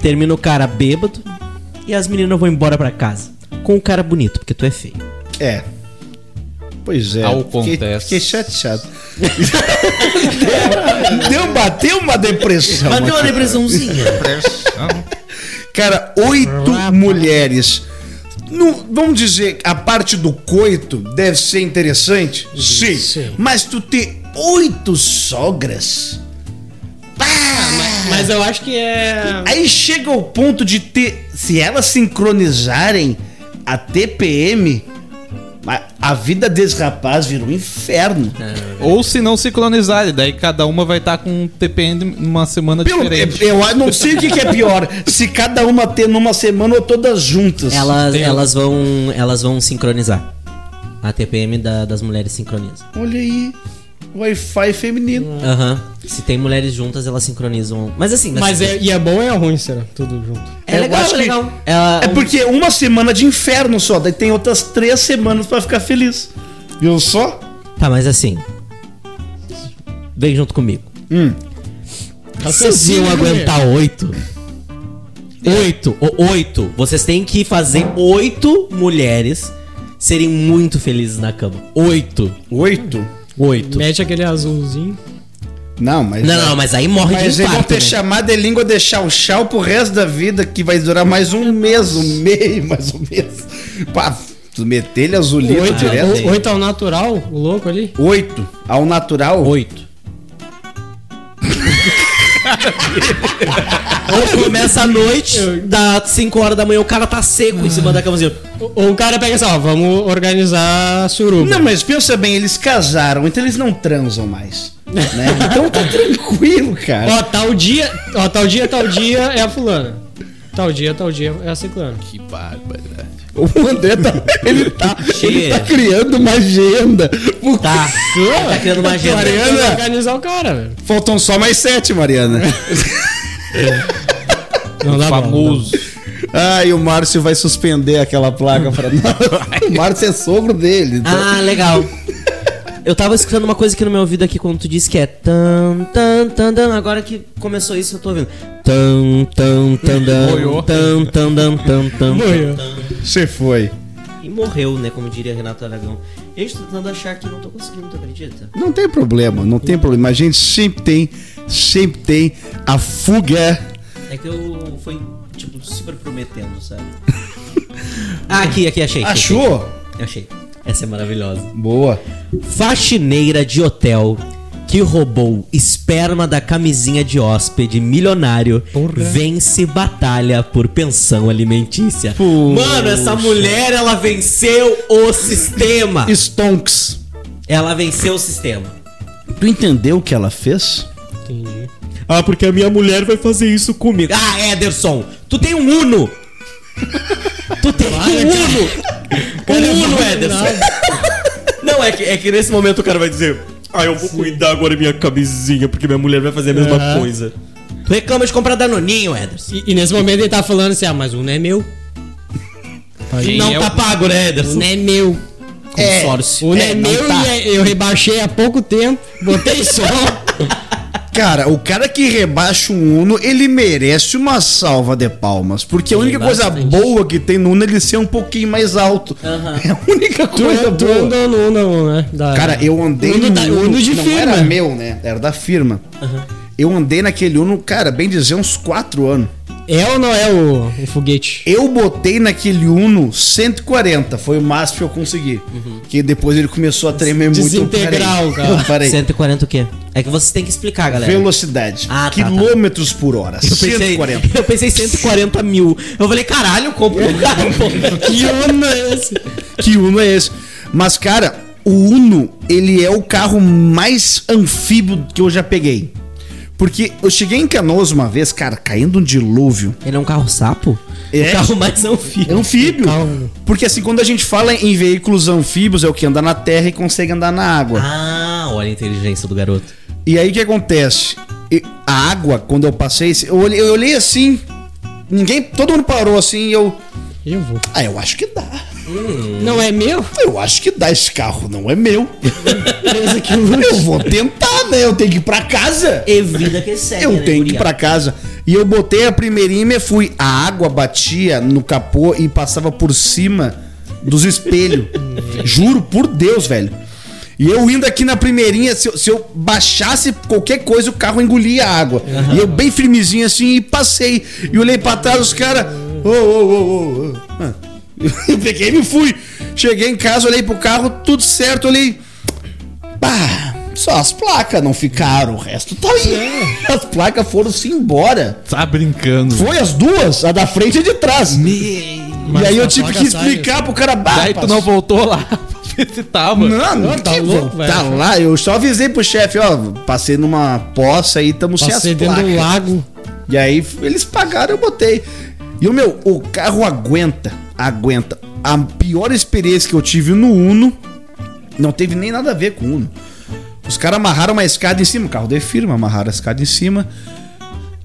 Termina o cara bêbado e as meninas vão embora pra casa. Com o cara bonito, porque tu é feio. É. Pois é. Fiquei, Acontece. fiquei chateado. Deu, bateu uma depressão. Mas deu uma depressãozinha. Ah, Cara, oito mulheres. No- vamos dizer, a parte do coito deve ser interessante? Sim. Sim. Mas tu ter oito sogras. Pá! Mas, mas eu acho que é. Aí chega o ponto de ter. Se elas sincronizarem a TPM, a- a vida desse rapaz vira um inferno. Ou se não se clonizarem, daí cada uma vai estar com um TPM numa semana É Pelo, diferente. eu eu não sei o que, que é pior. Se cada uma ter numa semana ou todas juntas. Elas, elas, vão, elas vão sincronizar. A TPM da- das mulheres sincroniza. Olha aí. Wi-Fi feminino. Aham. Se tem mulheres juntas, elas sincronizam. Mas assim, Mas é, e é bom e é ruim, será? Tudo junto. é eu legal, acho é que- legal. Ela- É porque uma semana de inferno só, daí tem outras três semanas pra ficar feliz. Viu só? Tá, mas assim. Vem junto comigo. Se eu aguentar oito. Oito, o- oito. Vocês têm que fazer oito mulheres serem muito felizes na cama. Oito. Oito? Oito. Mete aquele azulzinho. Não, mas. é- Não, não, mas aí morre Mas de eles vão infarto. ter né? chamado de língua de chau chau pro resto da vida, que vai durar mais um mês, um meio, mais um mês. Pá, tu meter ele azulito Oito, tá direto. o- oito ao natural, o louco ali. Oito. Ao natural. Oito. Ou começa à noite, dá 5 horas da manhã, o cara tá seco em cima da camazinha. O- Ou o cara pega assim, ó, vamos organizar a suruba. Não, mas pensa bem, eles casaram, então eles não transam mais. né? Então tá tranquilo, cara. Ó, tal dia, ó, tal dia, tal dia é a fulana. Tal dia, tal dia é a ciclana. Que bárbara. O André tá, ele tá, ele Cheia. tá criando uma agenda. Puta, Tá. tá criando uma agenda. Mariana. Mariana. organizar o cara, velho. Faltam só mais sete, Mariana. Não dá Famoso. Ai, o Márcio vai suspender aquela placa pra nós. O Márcio é sogro dele. então- Ah, legal. Eu tava escutando uma coisa aqui no meu ouvido aqui quando tu disse que é tan tan tan tan. Agora que começou isso eu tô ouvindo. Tan tan tan Boiou. tan tan tan tan tan tan. Boiou. Você foi. E morreu, né, como diria Renato Aragão. Gente, tô tentando achar aqui, não tô conseguindo, tu acredita? Não tem problema, não tem problema. A gente sempre tem, sempre tem a fuga. É que eu fui, tipo, super prometendo, sabe? ah, aqui, aqui, achei. aqui, Achou? Achei. achei. Essa é maravilhosa. Boa. Faxineira de hotel que roubou esperma da camisinha de hóspede milionário vence batalha por pensão alimentícia. Mano, essa mulher, ela venceu o sistema. Stonks. Ela venceu o sistema. Tu entendeu o que ela fez? Entendi. Ah, porque a minha mulher vai fazer isso comigo. Ah, Ederson, tu tem um Uno. tu tem um Uno. Um Uno, Ederson. Não, é que, é que nesse momento o cara vai dizer... Ah, eu vou cuidar agora da minha camisinha, porque minha mulher vai fazer a mesma Aham. coisa. Tu reclama de comprar Danoninho, Ederson. E, e nesse momento ele tá falando assim, ah, mas um não é meu. Quem Não é tá o- pago, né, Ederson? Um não é meu. Consórcio. Um não É, é, meu tá. e é- eu rebaixei há pouco tempo, botei só. Cara, o cara que rebaixa um Uno, ele merece uma salva de palmas. Porque a única coisa boa que tem no Uno é ele ser um pouquinho mais alto. É a única tu coisa tu boa. andou no não, né? Da- Cara, eu andei Uno da- Uno de não firma. era meu, né? Era da firma. Eu andei naquele Uno, cara, bem dizer, uns quatro anos. É ou não é o, o foguete? Eu botei naquele Uno 140, foi o máximo que eu consegui. Uhum. Que depois ele começou a tremer Desintegrar muito. o carro. Eu parei. Eu parei. 140 o quê? É que vocês têm que explicar, galera. Velocidade. Ah, tá, quilômetros por hora. Eu pensei, 140. eu pensei 140 mil. Eu falei, caralho, eu compro um carro, pô. Que uno é esse? Que Uno é esse? Mas, cara, o Uno, ele é o carro mais anfíbio que eu já peguei. Porque eu cheguei em Canoas uma vez, cara, caindo um dilúvio. Ele é um carro sapo? É. O carro mais É anfíbio. anfíbio. Calma. Porque assim, quando a gente fala em veículos anfíbios, é o que anda na terra e consegue andar na água. Ah, olha a inteligência do garoto. E aí o que acontece? E- A água, quando eu passei, eu olhei, eu olhei assim, ninguém. Todo mundo parou assim e eu. Eu vou. Ah, eu acho que dá. Hum. Não é meu? Eu acho que dá, esse carro não é meu. 13 quilos. Eu vou tentar, né? Eu tenho que ir pra casa. E vida que segue, Eu né, tenho É que ir guria? pra casa. E eu botei a primeirinha e fui. A água batia no capô e passava por cima dos espelhos. Juro por Deus, velho. E eu indo aqui na primeirinha, se eu, se eu baixasse qualquer coisa, o carro engolia a água. E eu bem firmezinho assim e passei. E olhei pra trás, os caras. Ô, ô, ô, ô, ô. Ah. Eu peguei e me fui. Cheguei em casa, olhei pro carro, tudo certo, olhei. Pá! Só as placas não ficaram, o resto tá aí. As placas foram-se embora. Tá brincando. Foi as duas, a da frente e a de trás. Mas e aí eu a tive placa que sai, assim. explicar pro cara. "Bah, Daí tu pastor, não voltou lá pra ver se tava. Não, não tá que louco, vou- Tá velho. lá, eu só avisei pro chefe, ó, passei numa poça aí, tamo sem Passei as dentro do placas. lago. E aí f- eles pagaram, eu botei. E o meu, o carro aguenta, aguenta. A pior experiência que eu tive no Uno não teve nem nada a ver com o Uno. Os caras amarraram uma escada em cima, o carro de firma, amarraram a escada em cima.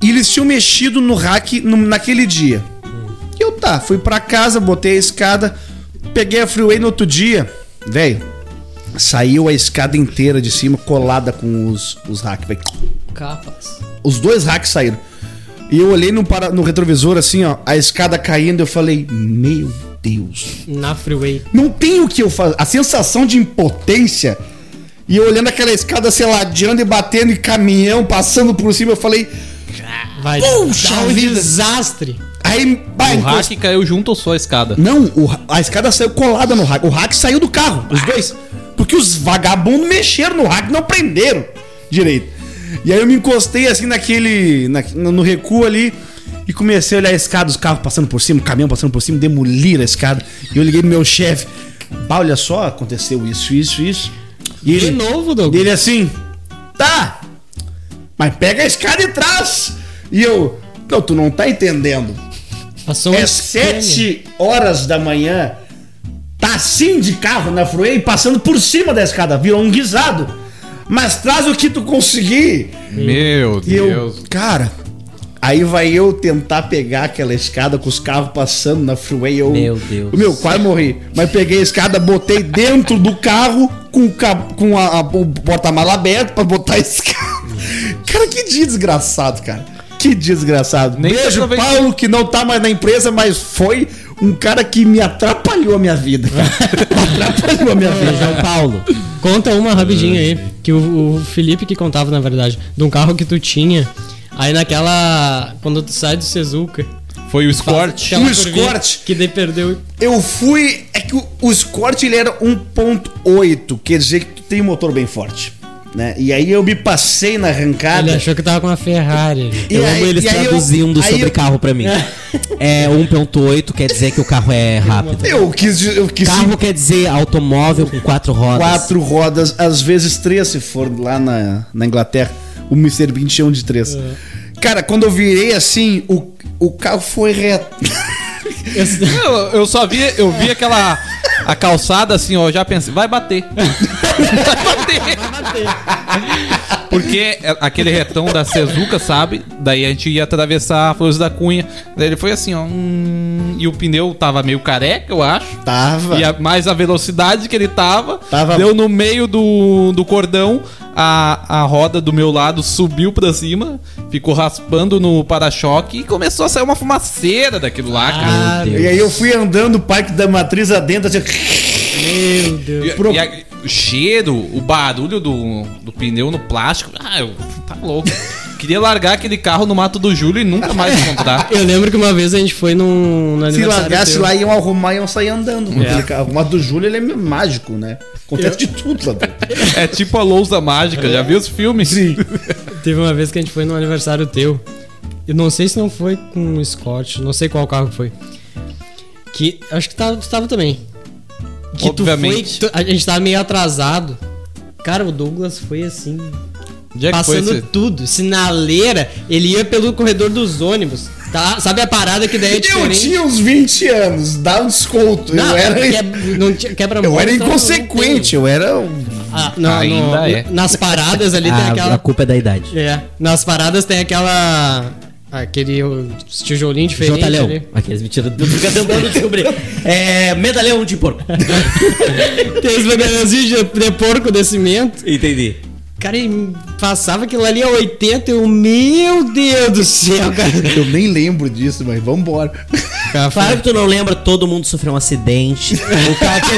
E eles tinham mexido no rack no- naquele dia. E eu tá, fui pra casa, botei a escada, peguei a freeway no outro dia. Velho, saiu a escada inteira de cima, colada com os, os racks, velho. Capas. Os dois hacks saíram. E eu olhei no, para, no retrovisor assim, ó, a escada caindo, eu falei, meu Deus. Na freeway. Não tem o que eu fazer. A sensação de impotência. E eu olhando aquela escada, sei lá, adiando e batendo, e caminhão passando por cima, eu falei. Vai Puxa dar um vida. desastre. Aí. pá, O encost- hack caiu junto ou só a escada? Não, o ra- a escada saiu colada no hack. O hack saiu do carro, Ah. os dois. Porque os vagabundos mexeram no hack, não prenderam direito. E aí eu me encostei assim naquele. na- no recuo ali e comecei a olhar a escada, os carros passando por cima, o caminhão passando por cima, demolir a escada. E eu liguei pro meu chefe. Bah, olha só, aconteceu isso, isso, isso. E De ele, novo, Douglas. e ele assim, tá, mas pega a escada e traz. E eu, não, tu não tá entendendo. Passou um É escânia. sete horas da manhã. Tá assim de carro na freeway, passando por cima da escada. Virou um guisado. Mas traz o que tu conseguir. Meu E eu, Deus. cara. Aí vai eu tentar pegar aquela escada com os carros passando na freeway. Eu, Meu Deus. Meu, quase morri. Mas peguei a escada, botei dentro do carro com, o ca- com a, a- o porta-mala aberto pra botar a escada. Cara, que dia desgraçado, cara. Que dia desgraçado. Nem Beijo, aproveitei. Paulo, que não tá mais na empresa, mas foi um cara que me atrapalhou a minha vida. cara. atrapalhou a minha vida. João Paulo. Conta uma Hum. rapidinho aí, que o, o Felipe que contava, na verdade, de um carro que tu tinha. Aí naquela. Quando tu sai do Sezuka. Foi o Scorch. aquela O curvinha Escort. Que daí perdeu. Eu fui. É que o, o Escort ele era 1.8, quer dizer que tu tem um motor bem forte. Né? E aí eu me passei na arrancada. Ele achou que tava com uma Ferrari. E Eu aí- amo eles e aí eu- traduzindo aí sobre eu- carro pra mim. É 1.8, quer dizer que o carro é rápido. Eu quis. dizer- Eu quis Carro quer dizer automóvel com quatro rodas. quatro rodas, às vezes três, se for lá na, na Inglaterra. O Mr. Bean tinha um de três. Cara, quando eu virei assim, o, o carro foi reto. Eu, eu só vi, eu vi aquela a calçada assim, ó, já pensei, vai bater. vai bater. Porque é, aquele retão da Sezuca, sabe? Daí a gente ia atravessar a Flores da Cunha. Daí ele foi assim, ó. hum, e o pneu tava meio careca, eu acho. Tava. E a, mais a velocidade que ele tava, Tava- deu no meio do, do cordão, a, a roda do meu lado subiu pra cima, ficou raspando no para-choque e começou a sair uma fumaceira daquilo lá, cara. Meu Deus. E aí eu fui andando o parque da matriz adentro, assim. Meu Deus. E- e a- o cheiro, o barulho do, do pneu no plástico, ah, eu, tá louco. Queria largar aquele carro no Mato do Júlio e nunca mais comprar. Eu lembro que uma vez a gente foi num. No Se aniversário largasse teu. lá, iam arrumar e iam sair andando. com aquele carro. Mas do Júlio ele é meio mágico, né? Acontece de tudo lá dentro. É tipo a lousa mágica, já viu os filmes? Sim. Teve uma vez que a gente foi no aniversário teu. Eu não sei se não foi com o Scott, não sei qual carro que foi. Que acho que tava, tu tava também. Que tu Obviamente. foi, tu- a gente tava meio atrasado. Cara, o Douglas foi assim, Onde é que foi passando esse? tudo. Sinaleira, ele ia pelo corredor dos ônibus. Tá? Sabe a parada que daí é Eu diferente? tinha uns 20 anos, dá um desconto. Não, é eu era, que- não tinha- quebra eu era muito, não inconsequente, eu era. um- tem. Ah, não, no- Ainda é. Nas paradas ali tem A- aquela a culpa é da idade. É, nas paradas tem aquela. Aquele uh, tijolinho diferente. Jotalhão. né? ali. Aqueles mentiras. Eu fico tentando descobrir. É. Medalhão de porco. Tem os medalhãozinhos de, de porco de cimento. Entendi. Cara, ele passava aquilo ali a 80 eu, meu Deus do céu, cara. Eu nem lembro disso, mas vambora. Claro que tu não lembra, todo mundo sofreu um acidente. O cara que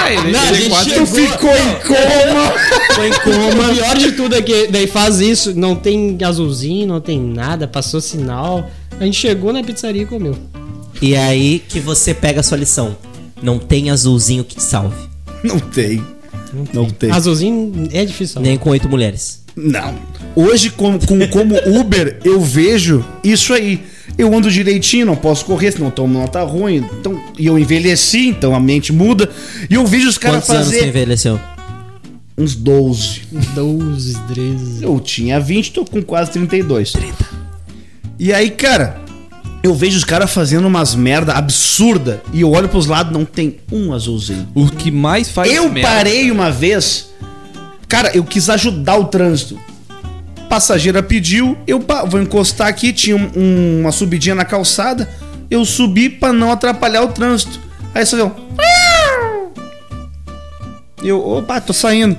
Ah, ele, Não, a ele gente quase- chegou- Ficou em coma! Ficou em coma. O pior de tudo é que daí faz isso, não tem azulzinho, não tem nada, passou sinal. A gente chegou na pizzaria e comeu. E é aí que você pega a sua lição. Não tem azulzinho que te salve. Não tem. Não tem. Azulzinho é difícil. Nem com oito mulheres. Não. Hoje, com, com- como Uber, eu vejo isso aí. Eu ando direitinho, não posso correr, senão tomo nota ruim. Então, e eu envelheci, então a mente muda. E eu vejo os caras Quantos anos você fazer envelheceu? uns 12. 12, 13. Eu tinha 20, tô com quase 32. 30. E aí, cara, eu vejo os caras fazendo umas merda absurda e eu olho pros lados, não tem um azulzinho. O que mais faz eu merda- parei uma vez, cara, eu quis ajudar o trânsito. Passageira pediu, eu pa- vou encostar aqui, tinha um- um- uma subidinha na calçada, eu subi pra não atrapalhar o trânsito. Aí você viu. Eu, opa, tô saindo.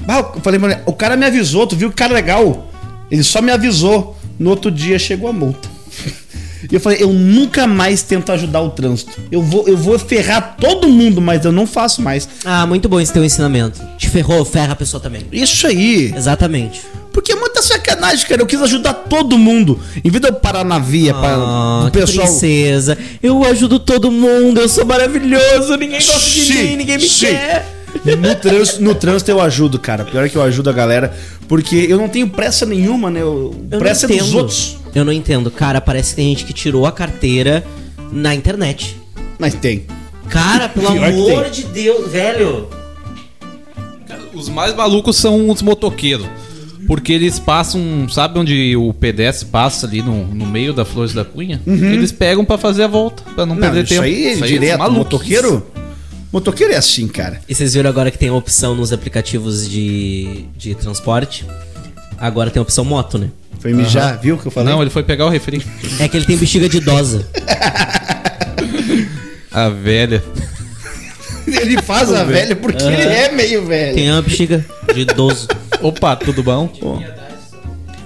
Bah, eu falei, mano, o cara me avisou, tu viu que cara legal. Ele só me avisou. No outro dia chegou a multa. E eu falei, eu nunca mais tento ajudar o trânsito. Eu vou, eu vou ferrar todo mundo, mas eu não faço mais. Ah, muito bom esse teu ensinamento. Te ferrou, ferra a pessoa também. Isso aí. Exatamente. Porque é muita sacanagem, cara. Eu quis ajudar todo mundo. Em vez de eu parar na via para Ah, o pessoal. princesa. Eu ajudo todo mundo, eu sou maravilhoso, ninguém gosta de Sim, mim, ninguém me sim. quer. No trânsito, no trânsito eu ajudo, cara. Pior é que eu ajudo a galera. Porque eu não tenho pressa nenhuma, né? Eu, Eu pressa não é dos entendo. outros. Eu não entendo, cara. Parece que tem gente que tirou a carteira na internet. Mas tem. Cara, pelo Pior que amor de Deus, velho. Os mais malucos são os motoqueiros. Porque eles passam, sabe onde o pedestre passa ali no, no meio da Flores da Cunha? Eles pegam pra fazer a volta, pra não, Não, perder isso tempo. é aí, é direto. motoqueiro? Motoqueiro é assim, cara. E vocês viram agora que tem a opção nos aplicativos de, de transporte? Agora tem a opção moto, né? Foi mijar, viu o que eu falei? Não, ele foi pegar o refri. É que ele tem bexiga de idosa. A velha. ele faz a velha porque ele é meio velho. Tem uma bexiga de idoso. Opa, tudo bom?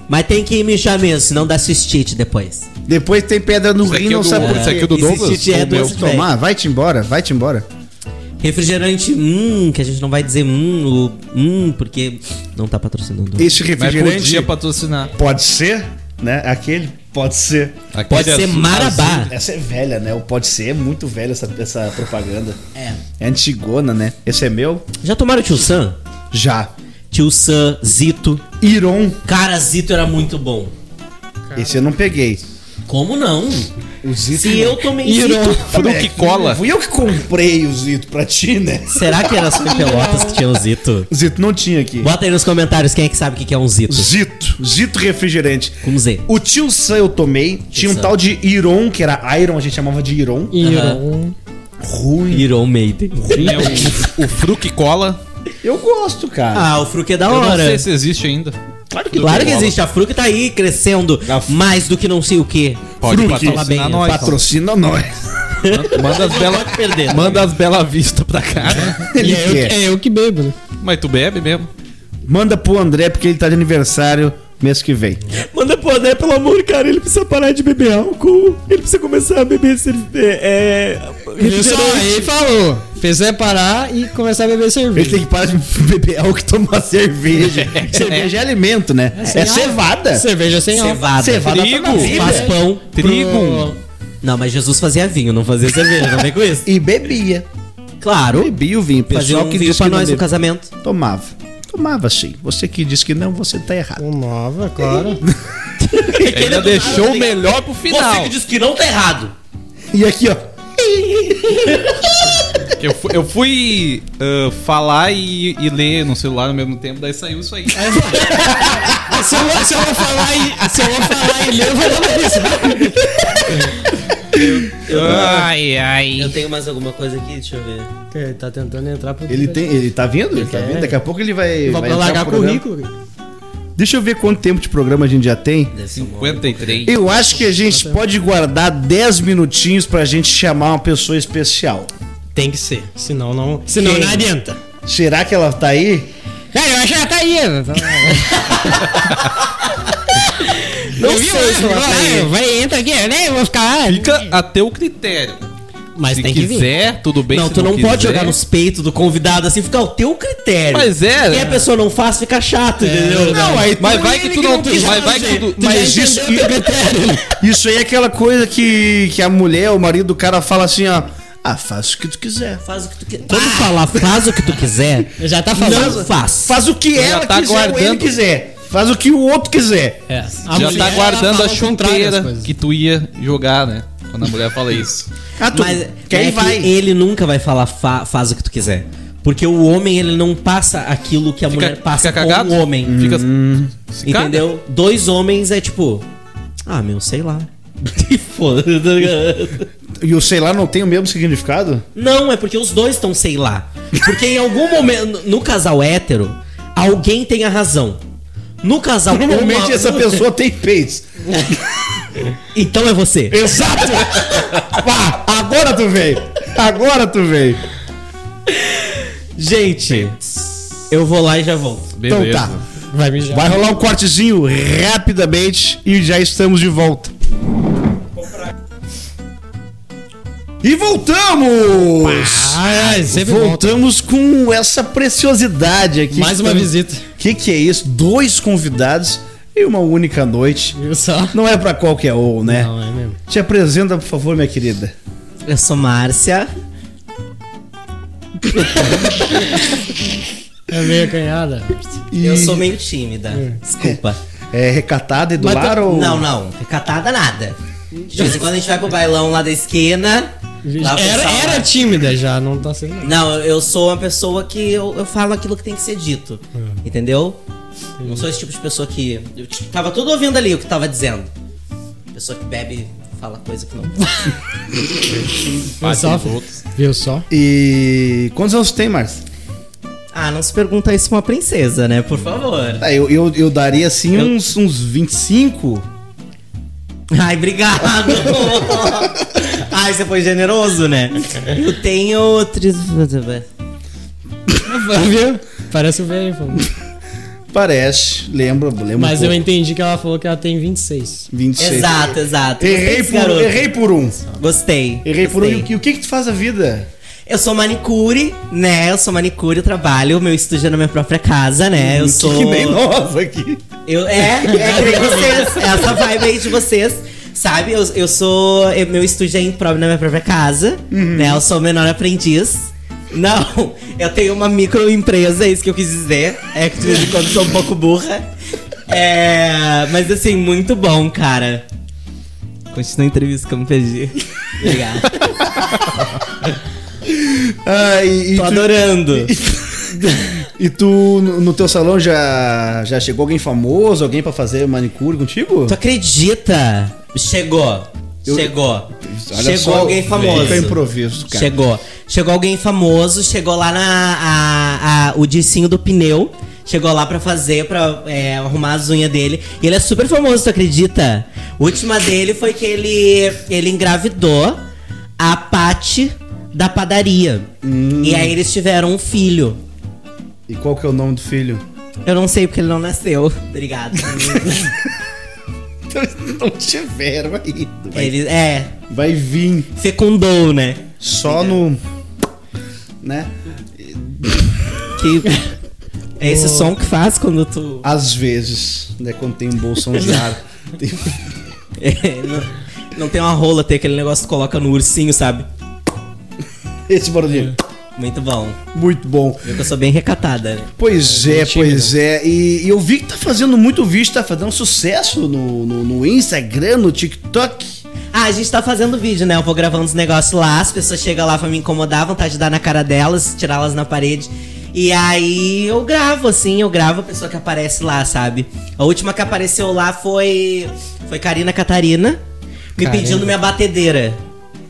Mas tem que mijar mesmo, senão dá cistite depois. Depois tem pedra no Isso aqui rim, é não do- sabe por isso quê. aqui é do Esse Douglas? tio é Ou do meu? outro Tomar, vai-te embora, vai-te embora. Refrigerante, hum, que a gente não vai dizer hum, o- hum, porque não tá patrocinando. Esse Mas podia refrigerante patrocinar. pode ser, né? Aquele pode ser. Aquele Pode ser azul- marabá. Essa é velha, né? O pode ser é muito velha essa, essa propaganda. É. É antigona, né? Esse é meu? Já tomaram tio Sam? Já. Tio Sam, Zito. Iron, Cara, Zito era muito bom. esse eu não peguei. Como não? O Zito. Se eu tomei Zito. Fruque cola. Fui eu que comprei o Zito pra ti, né? Será que era só em Pelotas que tinha um Zito? O Zito não tinha aqui. Bota aí nos comentários quem é que sabe o que que é um Zito. Zito, Zito refrigerante. Com Z. O tio Sam eu tomei, tinha um Sam. tal de Iron, que era Iron, a gente chamava de Iron. Iron. Ruim. Iron Maiden. Tinha o, o Fruque cola. Eu gosto, cara. Ah, o Fruque é da Eu não sei hora. se existe ainda. claro Claro que existe, a Fruque tá aí crescendo mais do que não sei o que. Pode fala bem, patrocinar nós. Patrocina nós. Manda as bela, Pode perder. né? manda as bela vista pra cá. E Ele é, eu, quer. é eu que bebo, né? Mas tu bebe mesmo. Manda pro André, porque ele tá de aniversário mês que vem. Manda pro André, pelo amor, cara, ele precisa parar de beber álcool. Ele precisa começar a beber cerve... é, Ele só aí falou. Fez é parar e começar a beber Ele cerveja. tem que parar de beber álcool e tomar cerveja. cerveja é alimento, né? É, cevada. é Cerveja sem álcool. Cevada. Cevada Trigo. pra vida. Faz pão. Trigo. Não, mas Jesus fazia vinho, não fazia cerveja, não vem com isso. E bebia. Claro, Bebia o vinho. fazia Pessoal um que vinho diz que pra não nós no bebe. casamento. Tomava. Tomava sim. Você que diz que não, você tá errado. Pro... Nova, claro. é É. Ainda deixou o melhor pro final. diz que não tá errado. E aqui, ó. Eu fui, eu fui, ah, falar e, e ler no celular ao mesmo tempo, daí saiu isso aí. É, se, eu, se eu vou falar e se eu vou falar e ler, eu vou dar uma risada. ai, ai. Eu tenho mais alguma coisa aqui, deixa eu ver. Ele tá tentando entrar pro. Ele, tem, ele tá vendo? Ele tá vendo? Daqui a pouco ele vai. Vai entrar largar pro programa. currículo. cara. Deixa eu ver quanto tempo de programa a gente já tem. Deve ser um 53. Eu acho que a gente pode guardar 10 minutinhos pra gente chamar uma pessoa especial. Tem que ser. Senão não. Senão Quem? não adianta. Será que ela tá aí? Cara, eu acho que ela tá aí. Não sei se ela tá aí. Vai, entra aqui, né? Eu vou ficar lá. Fica a teu critério. Mas se tem que vir. quiser, tudo bem. Não, se tu não, pode quiser. jogar nos peitos do convidado assim, fica ao teu critério. Mas Se é. a pessoa não faz, fica chato, entendeu? Não, aí tu- Mas é vai que tu não. Mas vai que tu. Mas isso, isso aí é aquela coisa que, que a mulher, o marido do cara fala assim, ó. Ah, faz o que tu quiser. Faz o que tu quiser. Quando falar faz o que tu quiser, Já tá falando. não faz. Faz o que ela tá quiser, ou ele guardando. quiser. Faz o que o outro quiser. É. A Já mulher, tá ela guardando fala a o contrário das chuteira coisas. que tu ia jogar, né? Quando a mulher fala isso. Ah, tu Mas quer é e vai. que ele nunca vai falar fa- faz o que tu quiser. Porque o homem, ele não passa aquilo que a mulher passa fica com cagado? Hum. o homem. Fica. assim, se caga. Entendeu? Dois homens é tipo. Ah, meu, sei lá. E foda-se, tá ligado? E o sei lá não tem o mesmo significado? não, é porque os dois estão sei lá. Porque em algum momento, no casal hétero, alguém tem a razão. No casal Normalmente homo- essa pessoa tem peitos. Então é você. Exato! Pá, agora tu veio. Agora tu veio. Gente, eu vou lá e já volto. Beleza. Então tá. Vai mijar. Vai rolar um cortezinho rapidamente e já estamos de volta. E voltamos! Ah, é, sempre volta. Voltamos com essa preciosidade aqui. Mais uma visita. O que, que é isso? Dois convidados e uma única noite. Viu só? Não é pra qualquer um, né? Não, é mesmo. Te apresenta, por favor, minha querida. Eu sou Márcia. É meio acanhada. Eu sou meio tímida. Desculpa. É recatada e do Mas tá- lar tu- ou. Não, não. Recatada nada. De vez em quando a gente vai pro bailão lá da esquina. lá o Era, pessoal lá- era tímida já, não tá sendo. Não, eu sou uma pessoa que eu, eu falo aquilo que tem que ser dito. É. Entendeu? Não sou esse tipo de pessoa que. Eu t- tava tudo ouvindo ali o que tava dizendo. Pessoa que bebe fala coisa que não. Viu só? Viu só? E. Quantos anos tu tem, Márcio? ah, não se pergunta isso pra uma princesa, né? Por favor. Tá, eu, eu, eu daria assim uns, uns 25. Ai, obrigado! Ai, você foi generoso, né? Eu tenho. tris- Viu? Parece o velho. pô. Parece. Lembra, lembra. Mas um eu pouco. entendi que ela falou que ela tem 26. 26. Exato, exato. Errei Esse por, garoto. errei por um. Gostei. Errei por um. gostei. E o que- o que que tu faz a vida? Eu sou manicure, né? Eu sou manicure, eu trabalho, meu estúdio é na minha própria casa, né? Eu sou. Que nem nós aqui. Eu, é, é que nem vocês. É Essa vibe aí de vocês. Sabe, eu, eu sou. eu- meu estúdio é impróprio na minha própria casa, né? Eu sou o menor aprendiz. Não, eu tenho uma microempresa, é isso que eu quis dizer. É que de vez em quando sou um pouco burra. É. Mas assim, muito bom, cara. Continua a entrevista que eu me perdi. Obrigado. Ah, e, e Tô tu, adorando. e tu, no no teu salão, já, já chegou alguém famoso? Alguém pra fazer manicure contigo? Tu acredita? Chegou. Chegou. Chegou só, alguém famoso. fica improviso, cara. Chegou. Chegou alguém famoso, chegou lá na. a- a- o dicinho do pneu. Chegou lá pra fazer, pra é, arrumar as unhas dele. E ele é super famoso, tu acredita? A última dele foi que ele, ele engravidou a Pati da padaria. Hum. E aí eles tiveram um filho. E qual que é o nome do filho? Eu não sei porque ele não nasceu. Obrigado. Não tiveram ainda. Vai, ele, é, vai vir fecundou, né? só no... Né? Que é esse som que faz quando tu. Às vezes, né? Quando tem um bolsão de ar. Tem- É, não, não tem uma rola, tem aquele negócio que tu coloca no ursinho, sabe? Esse barulhinho. Muito bom. Muito bom. Viu que eu sou bem recatada, né? Pois é, pois é. E, e eu vi que tá fazendo muito vídeo, tá fazendo sucesso no, no, no Instagram, no TikTok. Ah, a gente tá fazendo vídeo, né? Eu vou gravando os negócios lá, as pessoas chegam lá pra me incomodar, vontade de dar na cara delas, tirá-las na parede. E aí eu gravo, assim, eu gravo a pessoa que aparece lá, sabe? A última que apareceu lá foi. Foi Karina Catarina, me pedindo minha batedeira.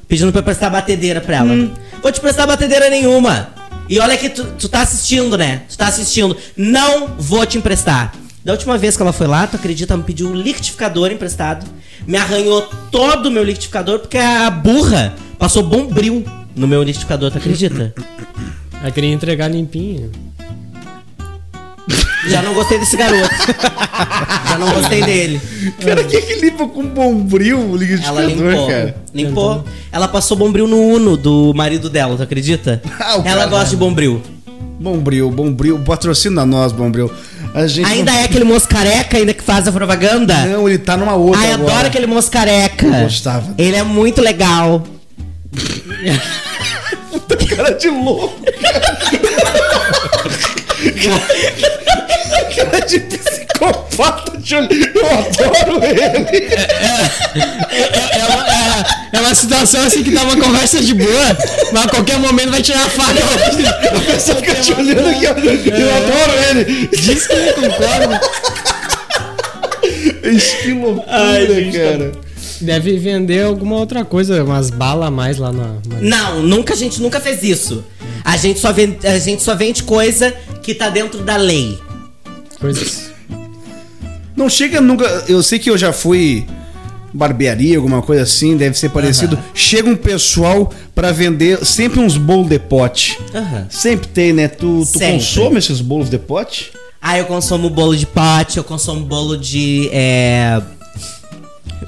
Pedindo pra eu prestar batedeira pra ela. Hum. Vou te prestar batedeira nenhuma. E olha que tu, tu tá assistindo, né? Tu tá assistindo. Não vou te emprestar. Da última vez que ela foi lá, tu acredita, ela me pediu um liquidificador emprestado. Me arranhou todo o meu liquidificador porque a burra passou bombril no meu liquidificador, tu acredita? Ela queria entregar limpinho. Já não gostei desse garoto. Já não gostei dele. Cara, quem que limpa com bombril o Ela liquidificador, limpou. cara? Limpou. Ela passou bombril no Uno do marido dela, tu acredita? Ah, o Ela caralho. gosta de bombril. Bombril, bombril, patrocina nós, bombril. A gente Ainda é aquele moço careca ainda que faz a propaganda? não... não, ele tá numa outra Ai, agora. é adoro aquele moço careca. Eu gostava. Ele é muito legal. cara de louco. cara. cara de psicopata, Júlio. Eu adoro ele. É uma, é- é uma situação assim que dá uma conversa de boa, mas a qualquer momento vai tirar a faca. A pessoa fica te olhando aqui, ó. Eu adoro ele. Diz que não concorda. Ixi, Que loucura, tá cara. Deve vender alguma outra coisa, umas balas a mais lá na. na- Não, nunca a gente nunca fez isso. A gente só vende, a gente só vende coisa que tá dentro da lei. Coisas. Não chega nunca. Eu sei que eu já fui barbearia, alguma coisa assim, deve ser parecido. Chega um pessoal pra vender sempre uns bolos de pote. Aham. Sempre tem, né? Tu, tu Sempre. consome esses bolos de pote? Ah, eu consumo bolo de pote, eu consumo bolo de. É...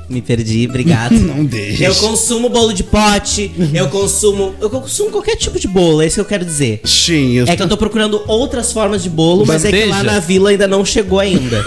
Me perdi, obrigado. Não deixa. Eu consumo bolo de pote, eu consumo. Eu consumo qualquer tipo de bolo, é isso que eu quero dizer. Sim, eu É que eu tô procurando outras formas de bolo, mas é que lá Bandeja. na vila ainda não chegou ainda.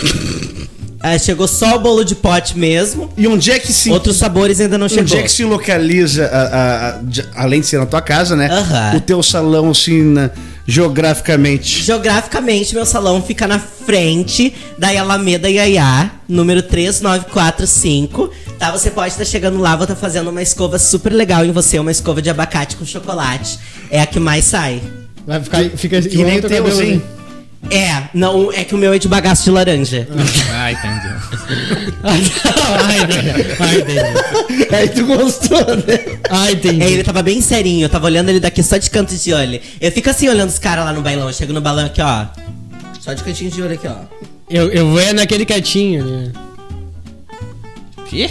Ah, chegou só o bolo de pote mesmo. E onde é que se. Outros sabores ainda não chegou. Onde é que se localiza, a- a- a- de- além de ser na tua casa, né? Aham. O teu salão, assim, na- geograficamente. Geograficamente, meu salão fica na frente da Alameda Yayá, número 3945. Tá? Você pode estar chegando lá, vou estar fazendo uma escova super legal em você, uma escova de abacate com chocolate. É a que mais sai. Vai ficar. Fica Que nem o teu teu, cabelo, assim. né? É, não, é que o meu é de bagaço de laranja. Ah, entendi. Ah, entendi. Ah, entendi. Aí tu gostou, né? Ah, É, entendi. ele tava bem serinho, eu tava olhando ele daqui só de canto de olho. Eu fico assim olhando os caras lá no bailão, eu chego no balão aqui, ó. Só de cantinho de olho aqui, ó. Eu, eu vou é naquele quietinho, né? Quê?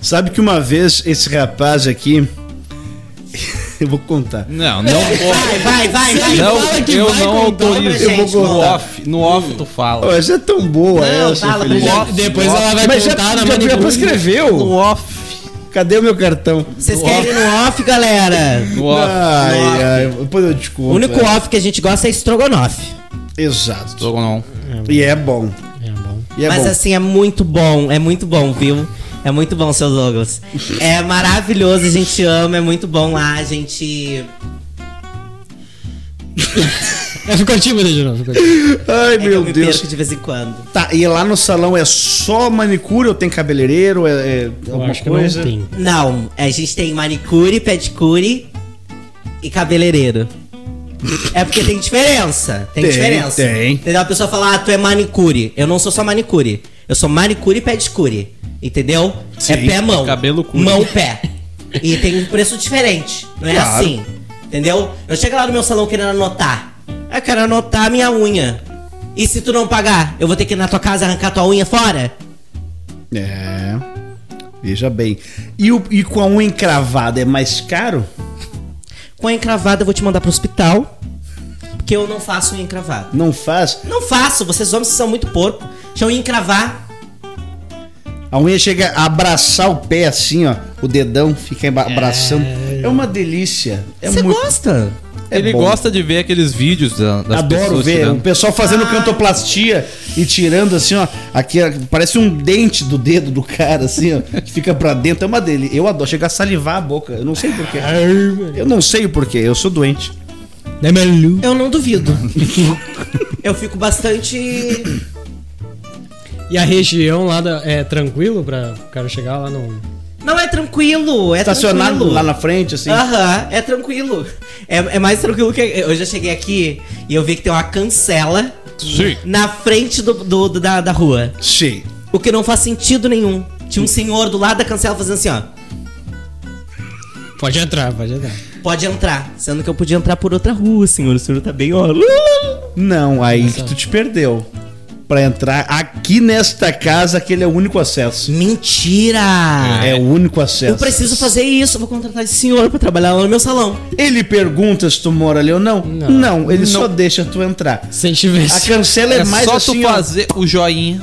Sabe que uma vez esse rapaz aqui. eu vou contar. Não, não Vai, vai, vai, vai. Não, fala que eu vai não contar pra autorizo. gente, no conta. off, no off tu fala. Mas é tão boa Não, essa. fala pra Felipe. gente. Depois ela vai Mas já, contar na já, já manicure. No prescreveu. off. Cadê o meu cartão? Vocês querem ir no off, galera? No off. Ai, ai, depois eu te conto. O único é. off que a gente gosta é estrogonofe. Exato. Jogo não. E é bom. É bom. E é Mas bom. assim, é muito bom, é muito bom, viu? É muito bom, seus Douglas. É maravilhoso, a gente ama, é muito bom lá, a gente. É, ficou tímido de novo. ficou tipo. tímido. Ai, É que eu meu me Deus. perco de vez em quando. Tá, e lá no salão é só manicure ou tem cabeleireiro? É, é Eu alguma acho que não coisa? tem. Não, a gente tem manicure, pedicure e cabeleireiro. É porque tem diferença. Tem, Tem, diferença. tem. Entendeu? A pessoa fala, ah, tu é manicure. Eu não sou só manicure. Eu sou manicure e pedicure. Entendeu? é Sim, pé-mão. cabelo curto. Mão-pé. E tem um preço diferente. Não é Claro. assim. Entendeu? Eu chego lá no meu salão querendo anotar. Eu quero anotar a minha unha. E se tu não pagar, eu vou ter que ir na tua casa arrancar tua unha fora? É. Veja bem. E, o, e com a unha encravada é mais caro? Com a encravada eu vou te mandar pro hospital. Porque eu não faço unha encravada. Não faz? Não faço, vocês homens são muito porco. Deixa eu ir encravar. A unha chega a abraçar o pé assim, ó. O dedão fica embra- abraçando. É uma delícia. É Você muito. gosta? É Ele bom. gosta de ver aqueles vídeos da, das Adoro pessoas ver um o tirando. pessoal fazendo Ah. cantoplastia e tirando assim, ó. Aqui ó, parece um dente do dedo do cara, assim, ó. Que fica pra dentro. É uma delícia. Eu adoro. Chega a salivar a boca. Eu não sei porquê. Eu não sei o porquê. Eu sou doente. Né, Malu? Eu não duvido. eu fico bastante. E a região lá da, é tranquilo pra o cara chegar lá no. Não é tranquilo, é Estacionado tranquilo. lá na frente, assim. Aham, é tranquilo. É, é mais tranquilo que. Eu já cheguei aqui e eu vi que tem uma cancela Sim. na frente do, do- do- da, da rua. Sim. O que não faz sentido nenhum. Tinha um senhor do lado da cancela fazendo assim, ó. Pode entrar, pode entrar. Pode entrar. Sendo que eu podia entrar por outra rua, senhor. O senhor tá bem, ó. Não, aí que tu te perdeu. Pra entrar aqui nesta casa, aquele é o único acesso. Mentira! Ah, É o único acesso. Eu preciso fazer isso, eu vou contratar esse senhor pra trabalhar lá no meu salão. Ele pergunta se tu mora ali ou não. Não, Não. ele só deixa tu entrar. Se a gente A tivesse. cancela é, É mais só assim, tu ó. fazer o joinha.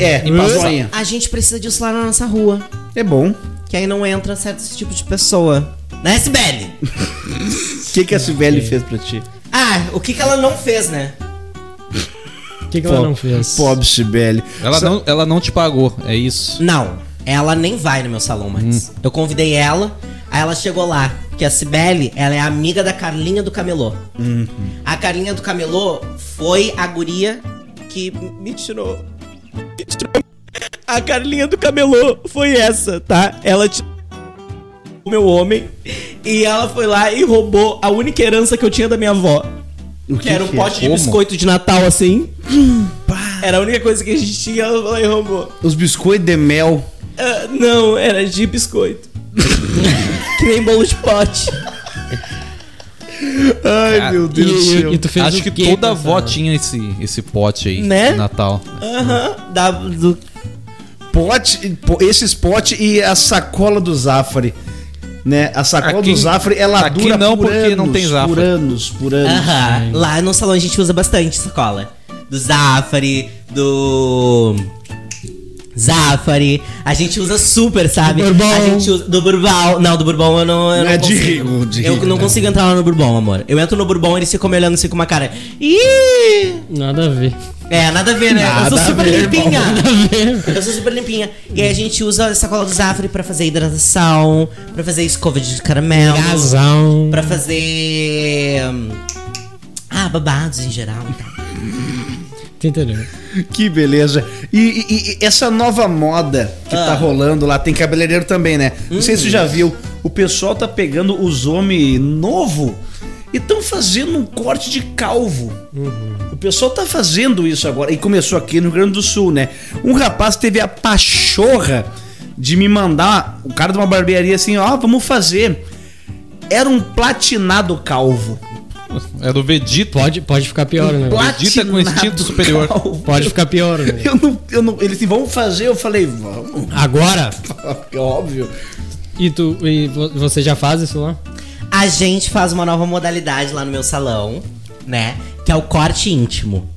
É, e passar. joinha. A gente precisa disso lá na nossa rua, É bom. que aí não entra certo esse tipo de pessoa. Né, Na SBL! O que, que a É. Sibeli fez pra ti? Ah, o que, que ela não fez, né? O que, que ela não fez? Pobre Sibeli. Ela não, ela não te pagou, é isso. Hum. Não, ela nem vai no meu salão mais. Eu convidei ela, aí ela chegou lá. que a Cibele, ela é amiga da Carlinha do Camelô. Uhum. A Carlinha do Camelô foi a guria que me tirou. me tirou. A Carlinha do Camelô foi essa, tá? Ela tirou o meu homem e ela foi lá e roubou a única herança que eu tinha da minha avó. que, era um pote de biscoito de Natal assim. Era a única coisa que a gente tinha, ela foi lá e roubou. Os biscoitos de mel. Ah, não, era de biscoito. que nem bolo de pote. Ai, meu Deus do E, céu. e, e tu fez Acho o que né? quê toda com avó essa- tinha esse, esse pote aí Né? de Natal. Aham. da- do- Pote, e po- esses potes e a sacola do Zafari. Né? A sacola Aqui- do Zafari, ela aqui dura não, por porque anos, não tem por Zafari. anos, por anos. Aham. Lá no salão a gente usa bastante sacola. Do Zafari, do. Zafari. A gente usa super, sabe? Do Bourbon. A gente usa. Do Bourbon. Não, do Bourbon eu não. Eu não é de consigo. rigo, de eu rigo, não né? consigo entrar lá no Bourbon, amor. Eu entro no Bourbon e ele fica me olhando assim com uma cara. Ih! Nada a ver. É, nada a ver, né? eu sou super limpinha. Nada a ver. Eu sou super limpinha. E aí a gente usa a sacola do Zafari pra fazer hidratação, pra fazer escova de caramelo, Casão. pra fazer. hum, Ah, babados em geral. Tu entendeu? Que beleza. E, e- e essa nova moda que tá rolando lá, tem cabeleireiro também, né? Não sei se você já viu, o pessoal tá pegando os homens novo e tão fazendo um corte de calvo. O pessoal tá fazendo isso agora. E começou aqui no Rio Grande do Sul, né? Um rapaz teve a pachorra de me mandar, o cara de uma barbearia assim, ó, vamos fazer. Era um platinado calvo. Um Era o Vegeta. Pode, pode ficar pior, né? Vegeta com instinto superior. calvo. Pode ficar pior, né? Eu não, eu não, eles assim, vamos fazer? Eu falei, vamos. Agora, É óbvio. e tu e vo- você já faz isso lá? A gente faz uma nova modalidade lá no meu salão, né? Que é o corte íntimo.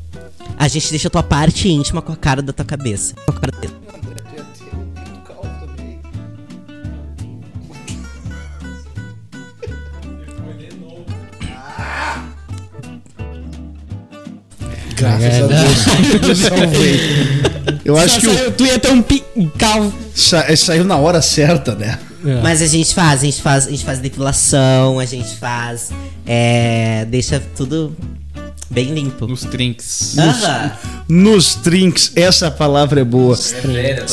A gente deixa a tua parte íntima com a cara da tua cabeça. Com a cara dele. Graças a Deus. Salvei. Eu acho que o- tu ia ter um pi... calvo. sa- é, saiu na hora certa, né? É. Mas a gente faz, a gente faz, a gente faz depilação, a gente faz. É, deixa tudo bem limpo. Nos trinques. Aham. Nos trinks, essa palavra é boa. Velha também.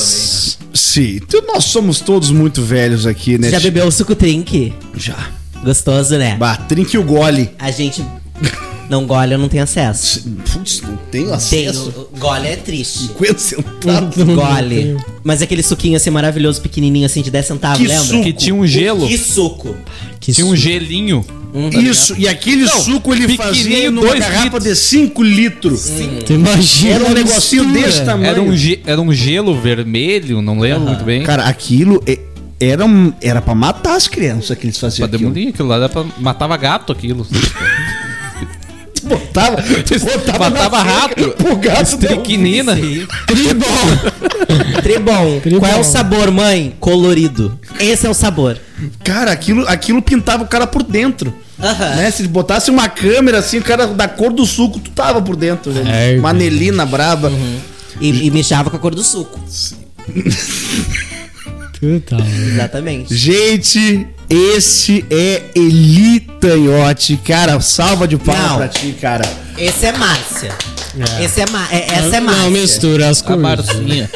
Sim. Então, nós somos todos muito velhos aqui, né? Já bebeu o suco trink? Já. Gostoso, né? Bah, trink e o gole. A gente não gole, eu não tenho acesso. Putz, não tenho acesso. Tenho. Gole é triste. 50 Tá centavos. Gole. Mas aquele suquinho assim maravilhoso, pequenininho assim, de 10 centavos, Que lembra? suco. Que tinha um gelo. Que suco. Hum, tá Que Tinha um gelinho. Uhum. Isso, e aquele suco ele pequenininho, fazia numa dois garrafa litros. de 5 litros. Tu imagina. Era um a negocinho mistura. desse tamanho. Era um, ge- era um gelo vermelho, não lembro muito bem. Cara, aquilo é- era, um- era pra matar as crianças que eles faziam pra aquilo. demolir aquilo lá, era pra- matava gato aquilo. Botava, botava, Matava rato. Pro gato dela. Triquinina. Trebom. Trebom. Qual é o sabor, mãe? Colorido. Esse é o sabor. Cara, aquilo, aquilo pintava o cara por dentro. Aham. Né? Se botasse uma câmera assim, o cara da cor do suco, tu tava por dentro. velho. É, uma anelina braba. Uhum. E, e mijava com a cor do suco. Tu tá. Exatamente. Gente, esse é Eli Tanhote. Cara, salva de palmas Não. pra ti, cara. Esse é Márcia. Esse é, Ma- é- essa é não, Márcia. não mistura as A coisas. Marcinha.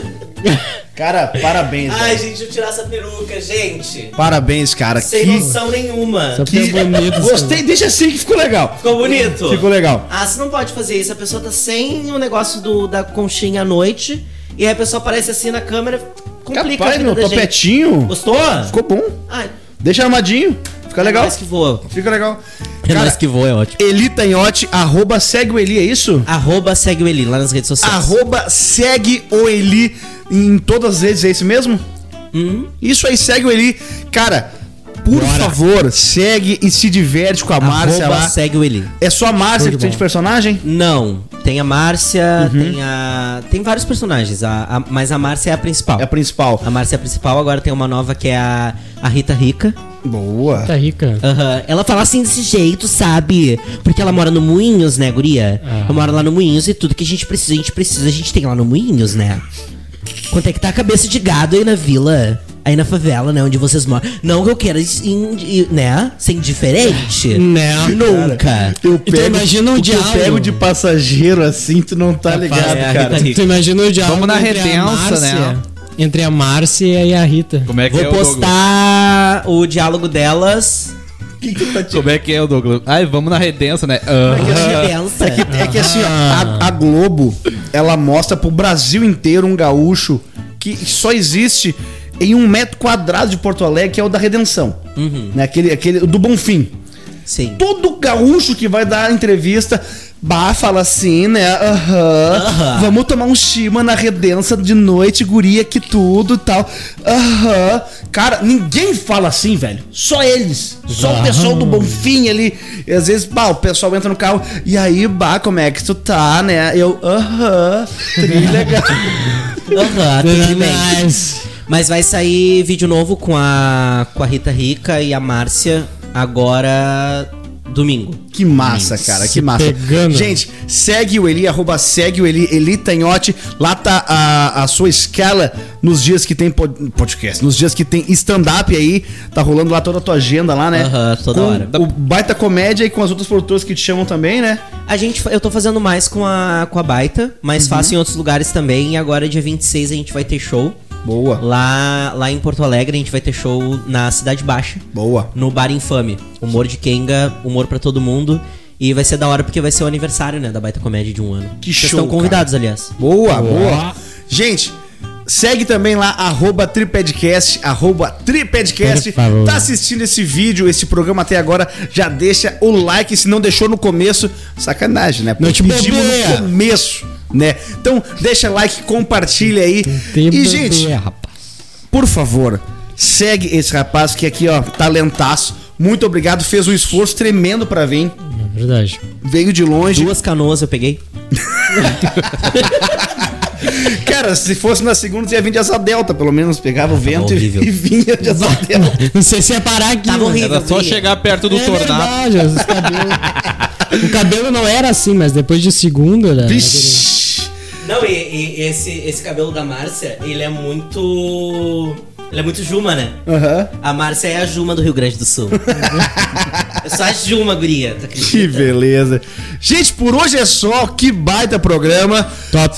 Cara, parabéns. Ai, velho. gente, deixa eu tirar essa peruca, gente. Parabéns, cara. Sem Que, noção nenhuma. Só porque que... é bonito. Gostei, deixa assim que ficou legal. Ficou bonito? Ficou legal. Ah, você não pode fazer isso. A pessoa tá sem o negócio do, da conchinha à noite. E aí a pessoa aparece assim na câmera. Complica a Capaz, vida meu da gente. topetinho. Gostou? Ficou bom. Ai, Deixa armadinho. Fica legal. É nóis que voa. Fica legal. É Cara, nóis que voa, é ótimo. Eli Tanhote, arroba segue o Eli, é isso? Arroba segue o Eli lá nas redes sociais. Arroba segue o Eli em todas as redes, é isso mesmo? Hum? Isso aí, segue o Eli. Cara, por favor, segue e se diverte com a Márcia Arroba lá. segue o Eli. É só a Márcia que tem de personagem? Não, tem a Márcia, Uhum. tem a. Tem vários personagens, a, a- mas a Márcia é a principal. É a principal. A Márcia é a principal, agora tem uma nova que é a, a Rita Rica. Boa. Tá rica. Aham, Ela fala assim desse jeito, sabe? Porque ela mora no Moinhos, né, guria? Eu moro lá no Moinhos e tudo que a gente precisa, a gente precisa, a gente tem lá no Moinhos, né? Quanto é que tá a cabeça de gado aí na vila? aí na favela, né, onde vocês moram. Não que eu queira, in- né, ser indiferente. Né? Nunca. Eu Então imagina um o que eu diálogo. pego de passageiro assim, tu não tá ligado, é, a cara. Rita Tu imagina o diálogo na entre a retença, né? Márcia- Entre a Márcia e a Rita. Como é que Vou é o Douglas? postar o diálogo delas. Como é que é o Douglas? Ai, vamos na redença, né? Aham. Pensa. É que, é que assim, ó, a, a Globo, ela mostra pro Brasil inteiro um gaúcho que só existe em um metro quadrado de Porto Alegre, que é o da Redenção. Né? Aquele, aquele do Bonfim. Sim. Todo gaúcho que vai dar entrevista, bah, fala assim, né? Aham. Vamos tomar um chima na redença de noite, guria, que tudo e tal. Aham. Cara, ninguém fala assim, velho. Só eles. Só o pessoal do Bonfim ali. E às vezes, bah, o pessoal entra no carro. E aí, bah, como é que tu tá, né? Eu, aham. Trilha, cara. Aham, tudo bem. Mas- Mas vai sair vídeo novo com a, com a Rita Rica e a Márcia agora domingo. Que massa, cara, que massa. pegando. Gente, segue o Eli, arroba segue o Eli, Eli Tanhote. Lá tá a, a sua escala nos dias que tem pod- podcast, nos dias que tem stand-up aí. Tá rolando lá toda a tua agenda lá, né? Aham, toda Com hora. O Baita Comédia e com as outras produtoras que te chamam também, né? A gente, eu tô fazendo mais com a, com a Baita, mas Uhum. faço em outros lugares também. E agora, dia 26, a gente vai ter show. Boa, Lá, lá em Porto Alegre, a gente vai ter show na Cidade Baixa, boa. no Bar Infame. Humor de Kenga, humor pra todo mundo. E vai ser da hora porque vai ser o aniversário, né, da Baita Comédia de um ano. Que Vocês show, estão convidados, aliás. Boa, boa. Gente, segue também lá, arroba Tripedcast, arroba Tripedcast. Por favor. Tá assistindo esse vídeo, esse programa até agora, já deixa o like, se não deixou no começo, sacanagem, né? Não te Pedimos no bobeia. começo, né? Então, deixa like, compartilha aí. Tem E, bebê, gente, é, rapaz. por favor, segue esse rapaz que aqui, ó, talentaço. Muito obrigado, fez um esforço tremendo pra vir, É verdade. veio de longe. Duas canoas eu peguei. Cara, se fosse na segunda, você ia vir de asa delta, pelo menos pegava o Ah, tá vento e, horrível. e vinha de asa delta. Não sei se é parar aqui. Tava mano. horrível. Era só Vinha. chegar perto do é tornado. verdade, os cabelos- o cabelo não era assim, mas depois de segunda... Né, Vixe. Não, e, e esse, esse cabelo da Márcia, ele é muito. Ele é muito Juma, né? Aham. A Márcia é a Juma do Rio Grande do Sul. Eu sou a Juma, guria, tu acredita? Que beleza. Gente, por hoje é só. Que baita programa. Top.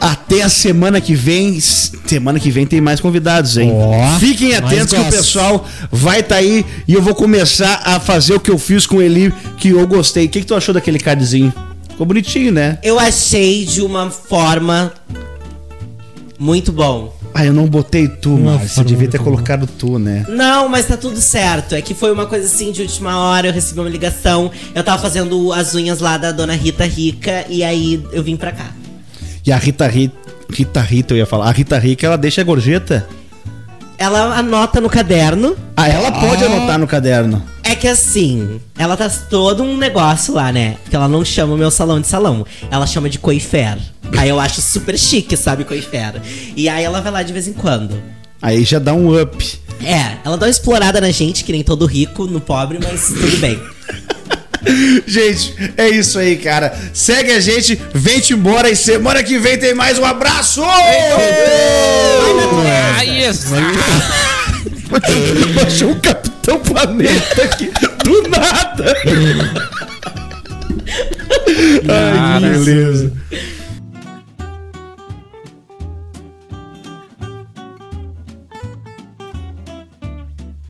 Até a semana que vem. Semana que vem tem mais convidados, hein? Ó, Fiquem mais atentos que o gosto. pessoal vai tá aí e eu vou começar a fazer o que eu fiz com o Eli, que eu gostei. O que, que tu achou daquele cardzinho? Ficou bonitinho, né? Eu achei de uma forma muito bom. Ah, eu não botei tu, Uma mas você forma devia ter muito boa. colocado tu, né? Não, mas tá tudo certo. É que foi uma coisa assim de última hora, eu recebi uma ligação. Eu tava fazendo as unhas lá da dona Rita Rica e aí eu vim pra cá. E a Rita Rita, Rita Rita, eu ia falar. A Rita Rica, ela deixa a gorjeta. Ela anota no caderno. Ah, ela pode anotar no caderno. É que assim, ela tá todo um negócio lá, né? Porque ela não chama o meu salão de salão. Ela chama de coifer. Aí eu acho super chique, sabe, coifer. E aí ela vai lá de vez em quando. Aí já dá um up. É, ela dá uma explorada na gente, que nem todo rico, no pobre, mas tudo bem. Gente, é isso aí, cara. Segue a gente, vem te embora e semana que vem tem mais um abraço! Aí é está. Baixou o Capitão Planeta aqui, do nada! Ai, que beleza.